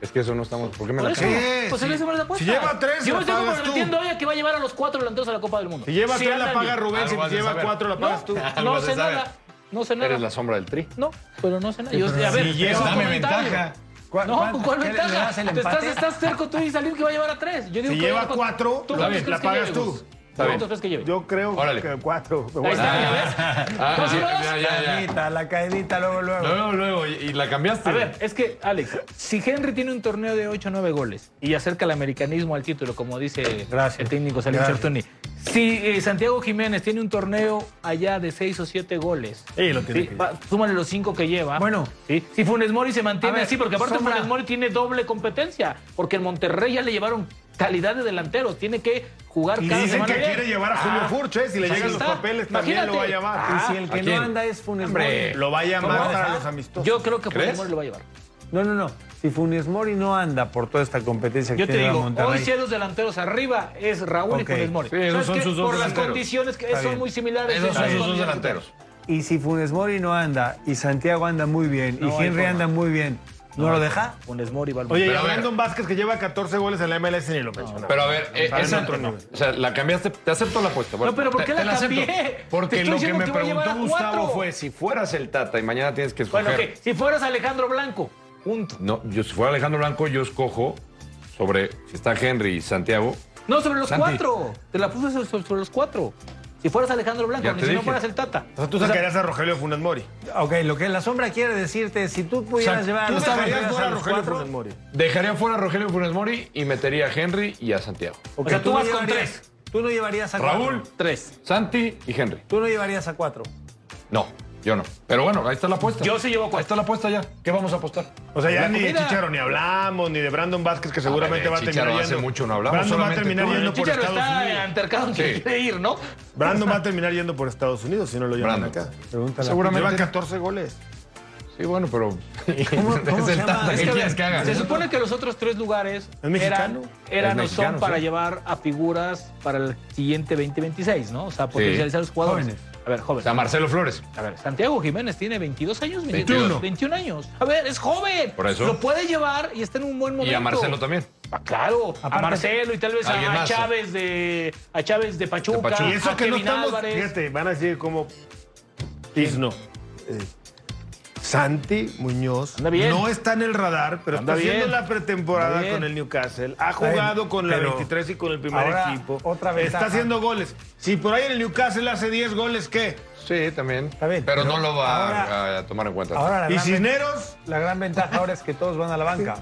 Speaker 6: Es que eso no estamos. ¿Por qué me
Speaker 5: Por
Speaker 6: la
Speaker 5: eso.
Speaker 6: cagas?
Speaker 5: Pues
Speaker 4: si-
Speaker 5: él hace más la apuesta.
Speaker 4: si lleva tres,
Speaker 5: yo
Speaker 4: la
Speaker 5: me estoy
Speaker 4: pagas tú.
Speaker 5: comprometiendo hoy a que va a llevar a los cuatro delanteros a la Copa del Mundo.
Speaker 4: Si lleva
Speaker 5: Si
Speaker 4: tres, la
Speaker 5: andan
Speaker 4: paga
Speaker 5: bien.
Speaker 4: Rubén. Si
Speaker 6: Algo has de
Speaker 4: lleva
Speaker 6: saber.
Speaker 4: cuatro, la
Speaker 5: No,
Speaker 4: pagas tú.
Speaker 6: Algo
Speaker 5: No
Speaker 6: has de
Speaker 5: sé
Speaker 6: saber.
Speaker 5: nada. No sé
Speaker 6: Eres la
Speaker 5: nada.
Speaker 6: sombra del tri.
Speaker 5: No, pero no sé nada. Yo, a ver,
Speaker 4: lleva-
Speaker 5: es un
Speaker 4: Dame
Speaker 5: comentario.
Speaker 8: ¿Cuál-
Speaker 5: No,
Speaker 8: cuánto-
Speaker 5: ¿con cuál
Speaker 8: qué le
Speaker 5: ventaja?
Speaker 8: das el
Speaker 5: Te estás,
Speaker 8: empate?
Speaker 5: estás cerco tú y salir que va a llevar a tres. Yo digo
Speaker 4: Si
Speaker 5: que
Speaker 4: lleva
Speaker 5: va a-
Speaker 4: cuatro,
Speaker 5: ¿Tú
Speaker 4: la-
Speaker 5: cuántos
Speaker 4: la
Speaker 5: crees que
Speaker 4: pagas
Speaker 5: lleve,
Speaker 4: tú.
Speaker 5: Gus? ¿Tú cuántos
Speaker 6: bien.
Speaker 5: crees que lleve?
Speaker 4: Yo creo
Speaker 6: Órale.
Speaker 4: que cuatro.
Speaker 5: Ahí está,
Speaker 4: *laughs*
Speaker 5: ¿ya ves?
Speaker 6: Ah,
Speaker 5: ¿Tú
Speaker 6: sí,
Speaker 5: sí lo das?
Speaker 6: ya, ya, ya.
Speaker 8: Caedita, la caedita luego, luego.
Speaker 6: Luego, luego, y, y la cambiaste.
Speaker 5: A ver, es que, Alex, si Henry tiene un torneo de 8 o 9 goles y acerca el americanismo al título, como dice
Speaker 8: Gracias.
Speaker 5: el técnico Salim
Speaker 8: Gracias.
Speaker 5: Chertoni, si eh, Santiago Jiménez tiene un torneo allá de 6 o 7 goles, ¿sí? Va- súmale los 5 que lleva.
Speaker 8: Bueno.
Speaker 5: ¿sí? si Funes Mori se mantiene
Speaker 8: A ver,
Speaker 5: así, porque aparte
Speaker 8: Sombra.
Speaker 5: Funes Mori tiene doble competencia, porque en Monterrey ya le llevaron calidad de delanteros, tiene que jugar
Speaker 4: Y
Speaker 5: cada
Speaker 4: dicen
Speaker 5: semana
Speaker 4: que
Speaker 5: bien.
Speaker 4: quiere llevar a Julio
Speaker 5: Ah,
Speaker 4: Furch, ¿eh? Si le
Speaker 5: pues ahí
Speaker 4: llegan los
Speaker 5: está.
Speaker 4: papeles, también lo va a
Speaker 5: Imagínate. Ah,
Speaker 4: llamar.
Speaker 8: Y si el que no
Speaker 6: quién?
Speaker 8: anda es Funes
Speaker 6: Hombre.
Speaker 8: Mori.
Speaker 4: Lo va a llamar
Speaker 8: ¿Cómo?
Speaker 4: para
Speaker 8: Ah,
Speaker 4: los amistosos.
Speaker 5: Yo creo que Funes
Speaker 6: ¿Crees?
Speaker 5: Mori lo va a llevar.
Speaker 8: No, no, no. Si Funes Mori no anda por toda esta competencia
Speaker 5: Yo
Speaker 8: que
Speaker 5: te
Speaker 8: lleva
Speaker 5: digo,
Speaker 8: Monterrey.
Speaker 5: hoy si hay dos delanteros arriba es Raúl
Speaker 8: Ok.
Speaker 5: y Funes Mori.
Speaker 6: Sí, esos
Speaker 5: ¿Sabes
Speaker 6: son
Speaker 5: qué?
Speaker 6: sus dos
Speaker 5: Por las
Speaker 6: delanteros.
Speaker 5: condiciones que
Speaker 8: Está
Speaker 5: son
Speaker 8: bien.
Speaker 5: muy similares.
Speaker 6: Esos
Speaker 5: esas
Speaker 6: son sus dos
Speaker 5: condiciones.
Speaker 6: delanteros.
Speaker 8: Y si Funes Mori no anda, y Santiago anda muy bien,
Speaker 5: No
Speaker 8: y
Speaker 5: hay
Speaker 8: Henry
Speaker 5: forma.
Speaker 8: anda muy bien, ¿no, lo deja?
Speaker 5: Funes Mori va al
Speaker 4: Oye, y
Speaker 6: Pero a ver.
Speaker 4: Brandon Vázquez que lleva 14 goles en la MLS ni lo mencionaba.
Speaker 6: Pero a ver, eh,
Speaker 4: Está en
Speaker 6: esa-
Speaker 4: otro nivel.
Speaker 6: o sea, la cambiaste, te acepto la apuesta.
Speaker 5: No, pero ¿por
Speaker 6: te-
Speaker 5: qué
Speaker 6: te
Speaker 5: la cambié?
Speaker 6: acepto.
Speaker 5: Te
Speaker 6: Porque
Speaker 5: estoy
Speaker 6: lo que
Speaker 5: diciendo
Speaker 6: me
Speaker 5: que iba a llevar
Speaker 6: preguntó
Speaker 5: a
Speaker 6: Gustavo
Speaker 5: cuatro.
Speaker 6: fue si fueras el Tata y mañana tienes que escoger.
Speaker 5: Bueno, ok, si fueras Alejandro Blanco, punto.
Speaker 6: No, yo si fuera Alejandro Blanco, yo escojo sobre si está Henry y Santiago.
Speaker 5: No, sobre los
Speaker 6: Santi.
Speaker 5: cuatro. Te la puse so- sobre, los cuatro. Si fueras Alejandro Blanco,
Speaker 6: Ya
Speaker 5: ni
Speaker 6: te
Speaker 5: si no
Speaker 6: dije.
Speaker 5: fueras el Tata.
Speaker 4: O sea, tú sacarías a Rogelio Funes Mori.
Speaker 8: Ok, lo que la sombra quiere decirte, si tú pudieras
Speaker 6: O sea,
Speaker 8: llevar a
Speaker 4: Tú
Speaker 8: los
Speaker 4: sacarías
Speaker 8: delanteros
Speaker 4: fuera
Speaker 8: a
Speaker 4: a
Speaker 8: los
Speaker 4: Rogelio
Speaker 8: cuatro,
Speaker 4: Funes Mori.
Speaker 6: Dejaría fuera a Rogelio Funes Mori y metería a Henry y a Santiago.
Speaker 8: ok,
Speaker 5: O sea, tú
Speaker 8: no
Speaker 5: vas con
Speaker 8: llevarías-
Speaker 5: tres.
Speaker 8: Tú no llevarías a cuatro.
Speaker 6: Raúl,
Speaker 5: Tres.
Speaker 6: Santi y Henry.
Speaker 8: Tú no llevarías a cuatro.
Speaker 6: No, yo no. Pero bueno, ahí está la apuesta.
Speaker 5: Yo sí llevo cuatro.
Speaker 6: Ahí está la apuesta ya. ¿Qué vamos a apostar?
Speaker 4: O sea, ya
Speaker 5: La
Speaker 4: ni de
Speaker 5: comida.
Speaker 4: Chicharo ni hablamos, ni de Brandon Vázquez, que seguramente
Speaker 6: de
Speaker 4: va a terminar
Speaker 6: Chicharo hace
Speaker 4: yendo.
Speaker 6: mucho no hablamos,
Speaker 4: Brandon va a
Speaker 6: solamente
Speaker 4: terminar
Speaker 6: tú.
Speaker 4: yendo
Speaker 5: El
Speaker 4: por
Speaker 5: Chicharo
Speaker 4: Estados
Speaker 5: está
Speaker 4: Unidos.
Speaker 5: entercado en que
Speaker 6: Sí.
Speaker 5: quiere ir, ¿no?
Speaker 4: Brandon va a terminar yendo por Estados Unidos si no lo llaman
Speaker 6: Brandon.
Speaker 4: acá.
Speaker 8: Pregúntale.
Speaker 6: Seguramente.
Speaker 4: Lleva 14 goles.
Speaker 6: Sí, bueno, pero.
Speaker 8: *laughs* cómo
Speaker 6: *laughs* es
Speaker 8: se
Speaker 6: el
Speaker 8: llama?
Speaker 6: Tata.
Speaker 8: Es
Speaker 6: ¿Qué
Speaker 8: que, a ver,
Speaker 6: quieres que haga?
Speaker 5: Se supone que los otros tres lugares
Speaker 4: ¿Es mexicano?
Speaker 5: eran, eran
Speaker 6: Es
Speaker 5: o
Speaker 6: mexicano,
Speaker 5: son para
Speaker 6: sí.
Speaker 5: llevar a figuras para el siguiente 2026, ¿no? O sea, potencializar a los jugadores.
Speaker 8: Jóvenes.
Speaker 5: A ver,
Speaker 6: O sea,
Speaker 5: jóvenes.
Speaker 6: Marcelo Flores.
Speaker 5: A ver, Santiago Jiménez tiene 22 años,
Speaker 6: 21.
Speaker 5: 21. 21 años. A ver, es joven.
Speaker 6: Por eso.
Speaker 5: Lo puede llevar y está en un buen momento.
Speaker 6: Y a Marcelo también.
Speaker 5: Ah, claro, a
Speaker 8: Aparte-
Speaker 5: Marcelo y tal vez
Speaker 6: Alguien
Speaker 5: a,
Speaker 6: más.
Speaker 5: Chávez de a Chávez de Pachuca,
Speaker 6: De Pachuca.
Speaker 4: Y eso
Speaker 5: a
Speaker 4: que no
Speaker 5: Kevin
Speaker 4: estamos.
Speaker 5: Álvarez.
Speaker 4: Fíjate, van a decir como. Isno. Eh, Santi Muñoz
Speaker 5: Anda bien.
Speaker 4: no está en el radar, pero
Speaker 5: Anda
Speaker 4: está haciendo
Speaker 5: bien.
Speaker 4: la pretemporada
Speaker 5: Anda bien.
Speaker 4: con el Newcastle. Ha
Speaker 8: Está bien,
Speaker 4: jugado con la
Speaker 8: pero
Speaker 4: 23 y con el primer
Speaker 8: ahora,
Speaker 4: equipo.
Speaker 8: otra ventaja.
Speaker 4: Está haciendo goles. Si por ahí en el Newcastle hace 10 goles, ¿qué?
Speaker 6: Sí, también.
Speaker 8: Está bien,
Speaker 6: Pero
Speaker 8: pero
Speaker 6: no lo va a-
Speaker 8: ahora-
Speaker 6: a tomar en cuenta.
Speaker 8: Ahora la
Speaker 4: ¿Y
Speaker 8: gran, ven-
Speaker 4: Cisneros?
Speaker 8: la gran ventaja ahora es que todos van a la banca.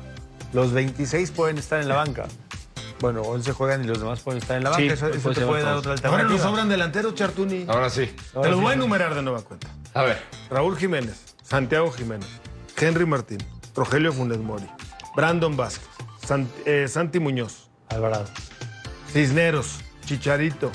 Speaker 8: Los 26 pueden estar en la banca. Bueno, 11 juegan y los demás pueden estar en la banca.
Speaker 5: Sí,
Speaker 8: eso
Speaker 5: pues
Speaker 8: eso
Speaker 5: puede
Speaker 8: te
Speaker 5: ser
Speaker 8: puede dar
Speaker 5: todos.
Speaker 8: otra alternativa.
Speaker 4: Ahora nos sobran delanteros, Chartuni.
Speaker 6: Ahora sí.
Speaker 4: Te los voy a enumerar de nueva cuenta.
Speaker 6: A ver.
Speaker 4: Raúl Jiménez, Santiago Jiménez, Henry Martín, Rogelio Funes Mori, Brandon Vázquez, San- eh, Santi Muñoz,
Speaker 8: Alvarado.
Speaker 4: Cisneros, Chicharito.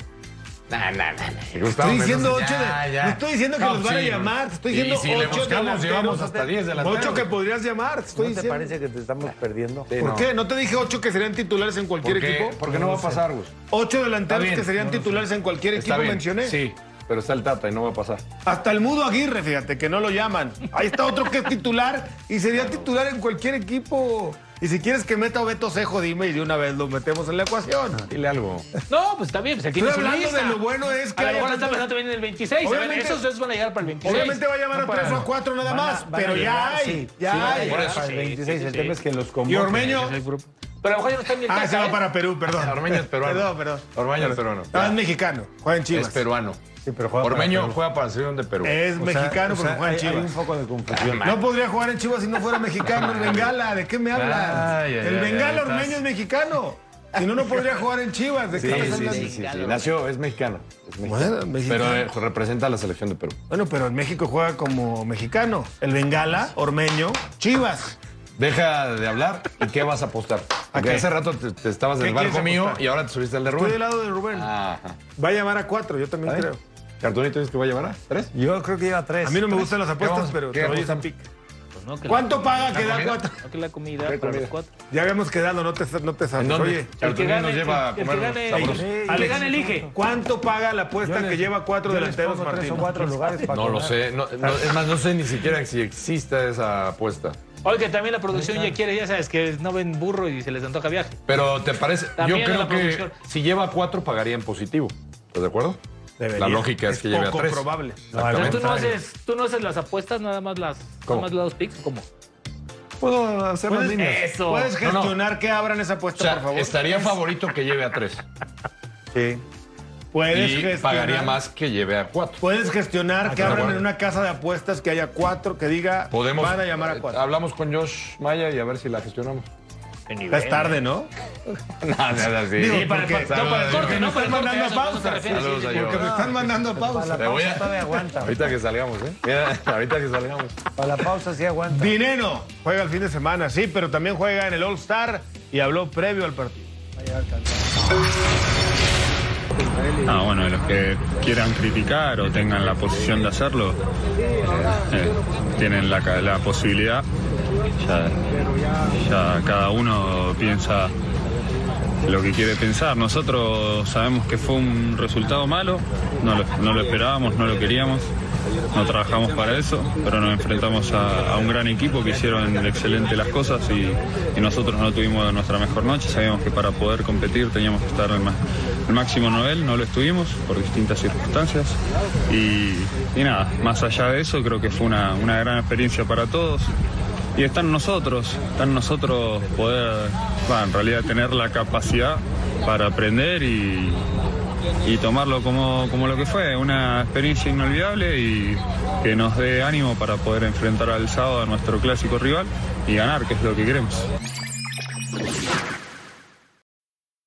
Speaker 6: Nah, nah, nah, nah.
Speaker 4: Estoy
Speaker 6: Gustavo
Speaker 4: diciendo
Speaker 6: Mendoza,
Speaker 4: ocho
Speaker 6: ya,
Speaker 4: de-
Speaker 6: ya.
Speaker 4: no estoy diciendo que
Speaker 6: No,
Speaker 4: los van a
Speaker 6: sí,
Speaker 4: llamar, te estoy
Speaker 6: y
Speaker 4: diciendo
Speaker 6: si le
Speaker 4: ocho
Speaker 6: buscamos, llevamos
Speaker 4: delanteros.
Speaker 6: hasta 10 delanteros.
Speaker 4: Ocho que podrías llamar, te estoy
Speaker 8: ¿No te
Speaker 4: diciendo.
Speaker 8: parece que te estamos perdiendo?
Speaker 6: Sí,
Speaker 4: ¿Por
Speaker 6: no.
Speaker 4: qué? ¿No te dije ocho que serían titulares en cualquier
Speaker 6: ¿Por qué?
Speaker 4: equipo?
Speaker 6: Porque no, va a pasar, Gus.
Speaker 4: Ocho delanteros
Speaker 6: Está bien.
Speaker 4: que serían titulares en cualquier
Speaker 6: Está
Speaker 4: equipo
Speaker 6: bien.
Speaker 4: mencioné.
Speaker 6: Sí. pero está el Tata y no va a pasar.
Speaker 4: Hasta el mudo Aguirre, fíjate, que no lo llaman. Ahí está otro que es titular y sería titular en cualquier equipo. Y si quieres que meta a Beto Cejo, dime y de una vez lo metemos en la ecuación.
Speaker 6: Ah, Dile algo.
Speaker 5: No, pues está bien. Pues aquí
Speaker 4: Estoy
Speaker 5: tiene su
Speaker 4: hablando
Speaker 5: lista.
Speaker 4: de lo bueno es que
Speaker 5: A lo
Speaker 4: haya
Speaker 5: mejor está
Speaker 4: tanto-
Speaker 5: pensando también en el 26. A ver,
Speaker 4: Obviamente-
Speaker 5: esos dos van a llegar para el 26.
Speaker 4: Obviamente va a llamar a
Speaker 8: para-
Speaker 4: tres o a cuatro nada
Speaker 8: Van a-
Speaker 4: más,
Speaker 8: van a
Speaker 4: pero
Speaker 8: llegar,
Speaker 4: ya hay,
Speaker 8: sí,
Speaker 4: ya
Speaker 8: sí, van a
Speaker 4: hay.
Speaker 8: llegar
Speaker 6: Por eso
Speaker 8: para el
Speaker 5: sí,
Speaker 8: 26,
Speaker 5: sí,
Speaker 8: el
Speaker 5: sí.
Speaker 8: tema es que los convoquen.
Speaker 4: Y Ormeño.
Speaker 5: Pero a lo mejor ya no está ni el
Speaker 4: Ah, se
Speaker 5: Tata,
Speaker 4: va
Speaker 5: ¿eh?
Speaker 4: para Perú, perdón.
Speaker 6: Ormeño es peruano.
Speaker 4: Perdón, perdón.
Speaker 6: Ormeño es peruano.
Speaker 4: No, es mexicano, juega en Chivas.
Speaker 6: Es peruano.
Speaker 8: Sí, pero juega para
Speaker 6: Ormeño
Speaker 8: Perú.
Speaker 6: juega para la selección de Perú.
Speaker 4: Es
Speaker 8: O sea,
Speaker 4: mexicano,
Speaker 8: o sea,
Speaker 4: pero juega en
Speaker 8: hay- Hay
Speaker 4: Chivas.
Speaker 8: un poco de confusión.
Speaker 4: No podría jugar en Chivas si no fuera mexicano el Bengala. ¿De qué me hablas?
Speaker 6: Ay, ay,
Speaker 4: el
Speaker 6: ay,
Speaker 4: Bengala
Speaker 6: ay,
Speaker 4: ormeño
Speaker 6: estás-
Speaker 4: es mexicano. Si no, no podría jugar en Chivas. ¿De qué
Speaker 6: Sí,
Speaker 4: estás
Speaker 6: sí,
Speaker 4: hablando?
Speaker 6: sí, sí, sí. Nació, es mexicano. Es mexicano.
Speaker 4: Bueno, mexicano.
Speaker 6: Pero eh, representa a la selección de Perú.
Speaker 4: Bueno, pero en México juega como mexicano. El Bengala, Ormeño, Chivas.
Speaker 6: Deja de hablar y ¿qué vas a apostar? Porque
Speaker 4: qué?
Speaker 6: hace rato te, te estabas
Speaker 4: ¿Qué
Speaker 6: del barco
Speaker 4: quieres
Speaker 6: mío
Speaker 4: apostar?
Speaker 6: y ahora te subiste al de
Speaker 4: Estoy
Speaker 6: Rubén. Ah,
Speaker 4: del lado de Rubén.
Speaker 6: Ajá.
Speaker 4: Va a llamar a cuatro, yo también
Speaker 6: ¿Está bien?
Speaker 4: creo.
Speaker 6: ¿Cartonito dices que va a llevar a tres?
Speaker 8: Yo creo que lleva tres.
Speaker 4: A mí no me gustan las apuestas,
Speaker 6: vamos-
Speaker 4: pero
Speaker 6: qué
Speaker 4: te voy a
Speaker 6: apuestan?
Speaker 4: pick.
Speaker 5: Pues no, que la-
Speaker 4: ¿Cuánto paga que da
Speaker 6: comida?
Speaker 4: cuatro?
Speaker 5: no, que la comida para
Speaker 6: comida?
Speaker 5: los cuatro.
Speaker 4: Ya habíamos quedado, no te, no te
Speaker 6: ¿En
Speaker 4: sabes.
Speaker 6: dónde?
Speaker 4: Oye,
Speaker 5: El que
Speaker 6: Cartonito
Speaker 5: gane,
Speaker 6: nos lleva a
Speaker 5: el que
Speaker 6: comer
Speaker 5: gane-
Speaker 6: sabroso.
Speaker 8: Sí,
Speaker 5: El que gana elige.
Speaker 4: ¿Cuánto paga la
Speaker 8: Yo
Speaker 4: apuesta
Speaker 8: les-
Speaker 4: que lleva cuatro
Speaker 8: yo les
Speaker 4: delanteros,
Speaker 8: pongo
Speaker 4: Martín?
Speaker 8: Tres o cuatro lugares para
Speaker 6: No lo
Speaker 8: cobrar.
Speaker 6: sé. no- no, es más, no sé ni siquiera si existe esa apuesta.
Speaker 5: Oye, que también la producción ya quiere, ya sabes, que no ven burro y se les antoja viaje.
Speaker 6: Pero te parece, yo
Speaker 5: También en
Speaker 6: creo
Speaker 5: la
Speaker 6: que
Speaker 5: producción.
Speaker 6: si lleva cuatro pagaría en positivo. ¿Estás de acuerdo? La lógica es, que lleve a
Speaker 4: poco
Speaker 6: tres.
Speaker 4: probable.
Speaker 8: al
Speaker 5: O sea,
Speaker 6: Exactamente.
Speaker 5: ¿tú, no
Speaker 8: contrario.
Speaker 5: haces, tú no haces las apuestas, nada más las,
Speaker 6: ¿Cómo?
Speaker 5: nada más los picks, ¿cómo?
Speaker 6: Puedo hacer las líneas.
Speaker 5: Eso.
Speaker 4: ¿Puedes gestionar que abran esa
Speaker 6: O
Speaker 4: apuesta,
Speaker 6: sea,
Speaker 4: por favor?
Speaker 6: estaría favorito que lleve a tres.
Speaker 8: Sí.
Speaker 4: Puedes
Speaker 6: Y
Speaker 4: gestionar.
Speaker 6: pagaría más que lleve a cuatro. Ah,
Speaker 4: Puedes gestionar Ah, que
Speaker 6: de
Speaker 4: abran en
Speaker 6: acuerdo.
Speaker 4: una casa de apuestas que haya cuatro, que diga
Speaker 6: Podemos.
Speaker 4: van a llamar
Speaker 6: Eh,
Speaker 4: a cuatro.
Speaker 6: Hablamos con Josh Maya y a ver si la gestionamos.
Speaker 5: Qué
Speaker 4: Ya
Speaker 5: nivel. eh.
Speaker 4: es tarde, ¿no?
Speaker 6: *laughs* Nada, nada, sí.
Speaker 4: Digo,
Speaker 5: Sí, para, el
Speaker 4: Porque-
Speaker 5: pa- no, para el corte, no, para el corte.
Speaker 4: mandando
Speaker 5: a eso- a eso
Speaker 4: pausas.
Speaker 5: se refiere, sí,
Speaker 6: Saludos
Speaker 5: sí,
Speaker 6: a
Speaker 5: sí.
Speaker 6: Josh.
Speaker 4: Porque me están mandando a
Speaker 8: Para la
Speaker 4: pausa.
Speaker 6: Te voy a-
Speaker 8: pausa todavía aguanta.
Speaker 6: Ahorita que salgamos, ¿eh? Mira, ahorita que salgamos.
Speaker 8: Para la pausa sí aguanta.
Speaker 4: Dineno juega el fin de semana, sí, pero también juega en el All-Star y habló previo al partido.
Speaker 9: Ah, bueno, los que quieran criticar o tengan la posición de hacerlo, eh, eh, tienen la, ca- la posibilidad. Ya, ya cada uno piensa lo que quiere pensar. Nosotros sabemos que fue un resultado malo, no lo, no lo esperábamos, no lo queríamos, no trabajamos para eso, pero nos enfrentamos a, a un gran equipo que hicieron excelente las cosas y, y nosotros no tuvimos nuestra mejor noche. Sabíamos que para poder competir teníamos que estar al, ma- al máximo nivel, no lo estuvimos por distintas circunstancias. Y, y nada, más allá de eso, creo que fue una, una gran experiencia para todos. Y está en nosotros, está en nosotros poder, va, en realidad tener la capacidad para aprender y, y tomarlo como, como lo que fue, una experiencia inolvidable y que nos dé ánimo para poder enfrentar al sábado a nuestro clásico rival y ganar, que es lo que queremos.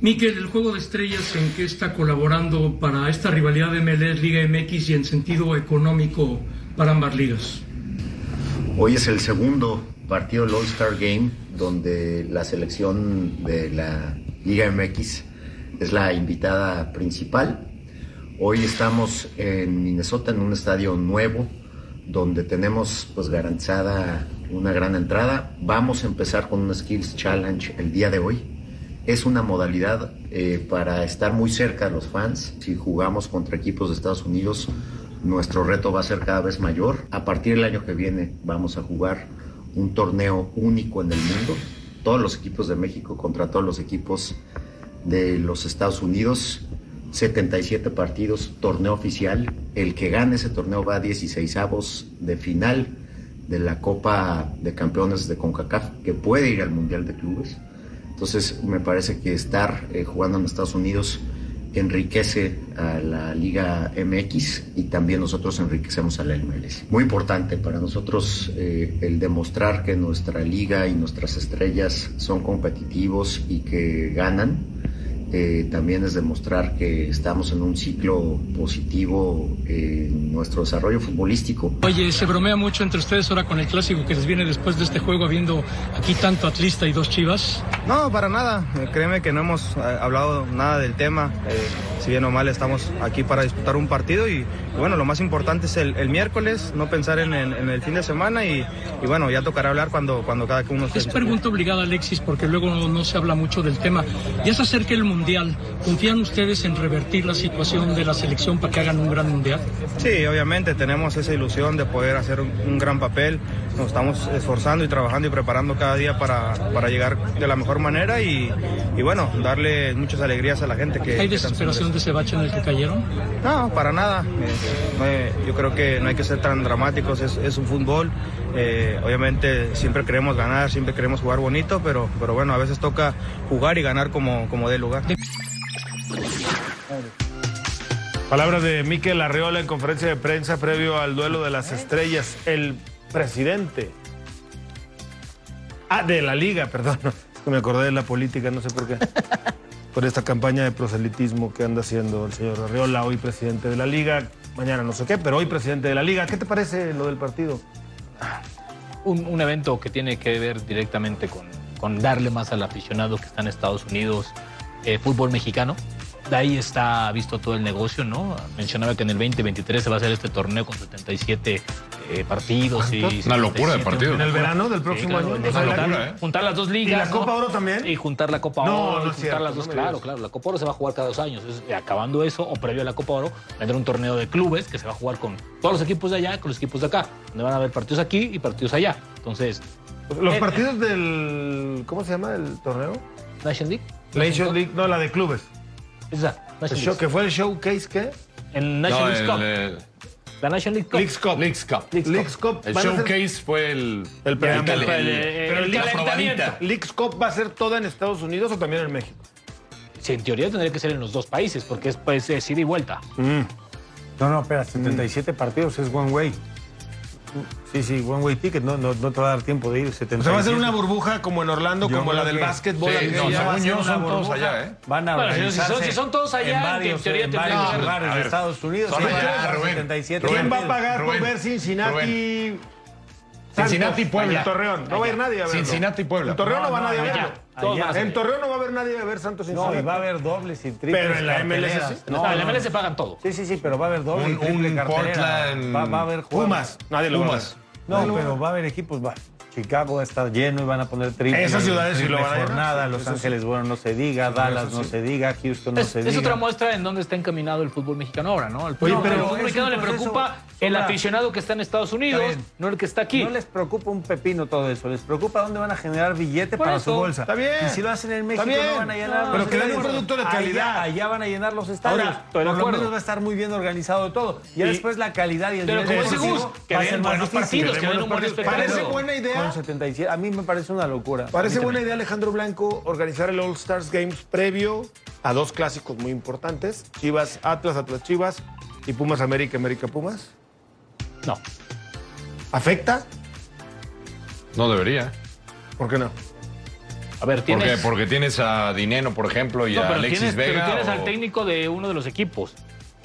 Speaker 9: Miquel, el juego de estrellas en que está colaborando para esta rivalidad de MLS Liga MX y en sentido económico para ambas ligas.
Speaker 10: Hoy es el segundo partido del All-Star Game donde la selección de la Liga MX es la invitada principal. Hoy estamos en Minnesota en un estadio nuevo donde tenemos pues garantizada una gran entrada. Vamos a empezar con un Skills Challenge el día de hoy. Es una modalidad eh, para estar muy cerca de los fans. Si jugamos contra equipos de Estados Unidos, nuestro reto va a ser cada vez mayor. A partir del año que viene vamos a jugar un torneo único en el mundo. Todos los equipos de México contra todos los equipos de los Estados Unidos. 77 partidos, torneo oficial. El que gane ese torneo va a 16 avos de final de la Copa de Campeones de CONCACAF, que puede ir al Mundial de Clubes. Entonces me parece que estar eh, jugando en Estados Unidos enriquece a la Liga MX y también nosotros enriquecemos a la MLS. Muy importante para nosotros eh, el demostrar que nuestra liga y nuestras estrellas son competitivos y que ganan eh, también es demostrar que estamos en un ciclo positivo en nuestro desarrollo futbolístico.
Speaker 11: Oye, se bromea mucho entre ustedes ahora con el clásico que les viene después de este juego, habiendo aquí tanto atlista y dos chivas.
Speaker 12: No, para nada. Eh, Créeme que no hemos eh, hablado nada del tema. Eh, si bien o mal, estamos aquí para disputar un partido y, y bueno, lo más importante es el, el miércoles, no pensar en, en- en el fin de semana y, y, bueno, ya tocará hablar cuando, cuando cada uno esté. en
Speaker 11: Es
Speaker 12: su-
Speaker 11: pregunta obligada, Alexis, porque luego no, no se habla mucho del tema. Ya se acerca el Mundial. ¿Confían ustedes en revertir la situación de la selección para que hagan un gran Mundial?
Speaker 12: Sí, obviamente tenemos esa ilusión de poder hacer un, un gran papel. Nos estamos esforzando y trabajando y preparando cada día para, para llegar de la mejor manera y, y, bueno, darle muchas alegrías a la gente que...
Speaker 11: ¿Hay
Speaker 12: que tanto se
Speaker 11: desesperación de ese bache en el que cayeron?
Speaker 12: No, para nada. Eh, no hay- yo creo que no hay que ser tan dramáticos, es, es un fútbol. Eh, obviamente siempre queremos ganar, siempre queremos jugar bonito, pero, pero bueno, a veces toca jugar y ganar como, como dé lugar.
Speaker 4: Palabras de Miquel Eh, Arriola en conferencia de prensa previo al duelo de las estrellas. El presidente. Ah, de la liga, perdón. *laughs* Es que me acordé de la política, no sé por
Speaker 8: *laughs*
Speaker 4: qué. Por esta campaña de proselitismo que anda haciendo el señor Arriola, hoy presidente de la liga, mañana no sé qué, pero hoy presidente de la liga. ¿Qué te parece lo del partido?
Speaker 5: un, un evento que tiene que ver directamente con, con darle más al aficionado que está en Estados Unidos, eh, fútbol mexicano. De ahí está visto todo el negocio, ¿no? Mencionaba que en el 2023 se va a hacer este torneo con 77 eh, partidos. Y
Speaker 6: ¿Cuántos? Una locura de
Speaker 5: 77.
Speaker 6: partidos.
Speaker 4: ¿En el verano del próximo año?
Speaker 5: en el
Speaker 4: Una
Speaker 5: verano.
Speaker 4: locura, ¿eh?
Speaker 5: Juntar las dos ligas.
Speaker 4: ¿Y la Copa Oro también?
Speaker 5: Y juntar la Copa
Speaker 4: No,
Speaker 5: Oro.
Speaker 4: no
Speaker 5: y
Speaker 4: es
Speaker 5: juntar
Speaker 4: cierto,
Speaker 5: las dos,
Speaker 4: no me
Speaker 5: claro,
Speaker 4: digas.
Speaker 5: claro. La Copa Oro se va a jugar cada dos años. Entonces, eh, acabando eso, o previo a la Copa Oro, vendrá un torneo de clubes que se va a jugar con todos los equipos de allá, con los equipos de acá. Donde van a haber partidos aquí y partidos allá. Entonces,
Speaker 4: Los
Speaker 5: eh,
Speaker 4: partidos del. ¿Cómo se llama el torneo?
Speaker 5: Nation League.
Speaker 4: Nation League, no, la de clubes.
Speaker 5: Esa,
Speaker 4: El
Speaker 5: Nation
Speaker 4: show-
Speaker 5: League.
Speaker 4: que fue el showcase, ¿qué?
Speaker 5: El
Speaker 6: No,
Speaker 5: Nation League
Speaker 6: el,
Speaker 5: Cup.
Speaker 6: el-
Speaker 5: La Nation League Cup.
Speaker 6: Leagues Cup.
Speaker 4: Leagues Cup.
Speaker 6: El
Speaker 4: Van a ser-
Speaker 6: showcase fue el.
Speaker 4: El preámbulo.
Speaker 6: el- el-
Speaker 4: Pero el
Speaker 6: la
Speaker 4: calentamiento.
Speaker 6: probadita.
Speaker 4: ¿Leagues Cup va a ser toda en Estados Unidos o también en México?
Speaker 5: Sí, en teoría tendría que ser en los dos países, porque es, pues, es ida y vuelta.
Speaker 8: Mm. No, no,
Speaker 4: Mm.
Speaker 8: espera, 77 partidos es one way. Sí, sí, one way ticket, no, no, no te va a dar tiempo de ir. 77.
Speaker 4: O sea, va a ser una burbuja como en Orlando,
Speaker 8: Yo
Speaker 4: como la
Speaker 8: creo
Speaker 4: del
Speaker 8: que-
Speaker 4: básquetbol.
Speaker 8: Sí,
Speaker 4: aquella.
Speaker 8: no,
Speaker 4: Va a
Speaker 8: según
Speaker 4: ser
Speaker 8: yo
Speaker 4: una
Speaker 8: son todos
Speaker 4: burbuja.
Speaker 8: allá, ¿eh? Van a
Speaker 5: Bueno, si- si
Speaker 8: organizarse
Speaker 5: son- si son todos allá,
Speaker 8: en
Speaker 5: en
Speaker 8: varios,
Speaker 5: teoría
Speaker 8: en
Speaker 5: tendrían
Speaker 8: varios
Speaker 5: que ser-
Speaker 8: lugares
Speaker 5: A
Speaker 8: de
Speaker 5: ver,
Speaker 8: Estados Unidos.
Speaker 6: son
Speaker 8: sí,
Speaker 6: allá,
Speaker 8: van a dar
Speaker 6: Rubén.
Speaker 8: 77
Speaker 4: ¿Quién va a
Speaker 8: partidos.
Speaker 4: pagar
Speaker 6: Rubén.
Speaker 4: por ver Cincinnati? Santos,
Speaker 6: Cincinnati y Puebla.
Speaker 4: en Torreón. No va a ir nadie a verlo.
Speaker 6: Cincinnati y Puebla.
Speaker 4: En Torreón no,
Speaker 8: No,
Speaker 4: va
Speaker 8: no,
Speaker 4: nadie a
Speaker 8: allá,
Speaker 4: verlo.
Speaker 5: Todos
Speaker 8: allá.
Speaker 5: van a ser.
Speaker 4: En Torreón no va a haber nadie a ver Santos
Speaker 8: No, y
Speaker 4: Cincinnati.
Speaker 8: va a haber dobles y triples.
Speaker 4: Pero en la MLS sí.
Speaker 8: carteleras.
Speaker 5: No, en la MLS se pagan todo.
Speaker 8: Sí, sí, sí, pero va a haber doble
Speaker 6: Un-
Speaker 8: y triple
Speaker 6: un
Speaker 8: cartelera.
Speaker 6: Portland-
Speaker 8: Va, va a haber juegos.
Speaker 4: Pumas. Nadie lo
Speaker 6: Pumas.
Speaker 8: No, pero va a haber equipos. Va. Chicago va a estar lleno y van a poner triple.
Speaker 4: Esas ciudades sí
Speaker 8: triple
Speaker 4: lo van a llenar,
Speaker 8: jornada.
Speaker 4: sí,
Speaker 8: Los
Speaker 4: eso
Speaker 8: Ángeles, bueno, no se diga. Dallas, no se diga. Houston, no
Speaker 5: Es,
Speaker 8: se
Speaker 5: es
Speaker 8: diga.
Speaker 5: otra muestra en donde está encaminado el fútbol mexicano ahora, ¿no? Al
Speaker 8: Oye,
Speaker 5: fútbol,
Speaker 8: pero
Speaker 5: al fútbol
Speaker 8: es un
Speaker 5: mexicano le
Speaker 8: proceso,
Speaker 5: preocupa el
Speaker 8: Sombra.
Speaker 5: aficionado que está en Estados Unidos,
Speaker 8: Está bien.
Speaker 5: no el que está aquí.
Speaker 8: No les preocupa un pepino todo eso. Les preocupa dónde van a generar billete
Speaker 5: Por
Speaker 8: para
Speaker 5: eso.
Speaker 8: su bolsa.
Speaker 4: Está bien.
Speaker 8: Y si lo hacen en México,
Speaker 4: bien.
Speaker 8: no van a llenar.
Speaker 4: No,
Speaker 8: los
Speaker 4: pero que den un
Speaker 8: estadios.
Speaker 4: producto de calidad.
Speaker 8: Allá, allá van a llenar los estadios.
Speaker 4: Ahora, estoy
Speaker 8: por
Speaker 5: de
Speaker 8: lo
Speaker 5: acuerdo.
Speaker 8: menos va a estar muy bien organizado todo. Ya
Speaker 4: Y-
Speaker 8: después la calidad y el
Speaker 5: Pero
Speaker 8: nivel
Speaker 5: como ese Gus,
Speaker 8: deportivo
Speaker 5: que
Speaker 8: va a
Speaker 5: den
Speaker 8: ser más
Speaker 5: buenos
Speaker 8: difícil.
Speaker 5: partidos, que den un buen
Speaker 4: Parece
Speaker 5: espectáculo.
Speaker 4: buena idea.
Speaker 8: Con 77. A mí me parece una locura.
Speaker 4: Parece buena idea, Alejandro Blanco, organizar el All Stars Games previo a dos clásicos muy importantes: Chivas, Atlas, Atlas Chivas y Pumas América, América Pumas.
Speaker 5: No.
Speaker 4: ¿Afecta?
Speaker 6: No debería.
Speaker 4: ¿Por qué no?
Speaker 5: A ver,
Speaker 6: ¿Por qué?
Speaker 5: tienes.
Speaker 6: Porque tienes a Dineno, por ejemplo, y
Speaker 5: no,
Speaker 6: a
Speaker 5: pero
Speaker 6: Alexis
Speaker 5: tienes, pero
Speaker 6: Vega.
Speaker 5: tienes
Speaker 6: o-
Speaker 5: al técnico de uno de los equipos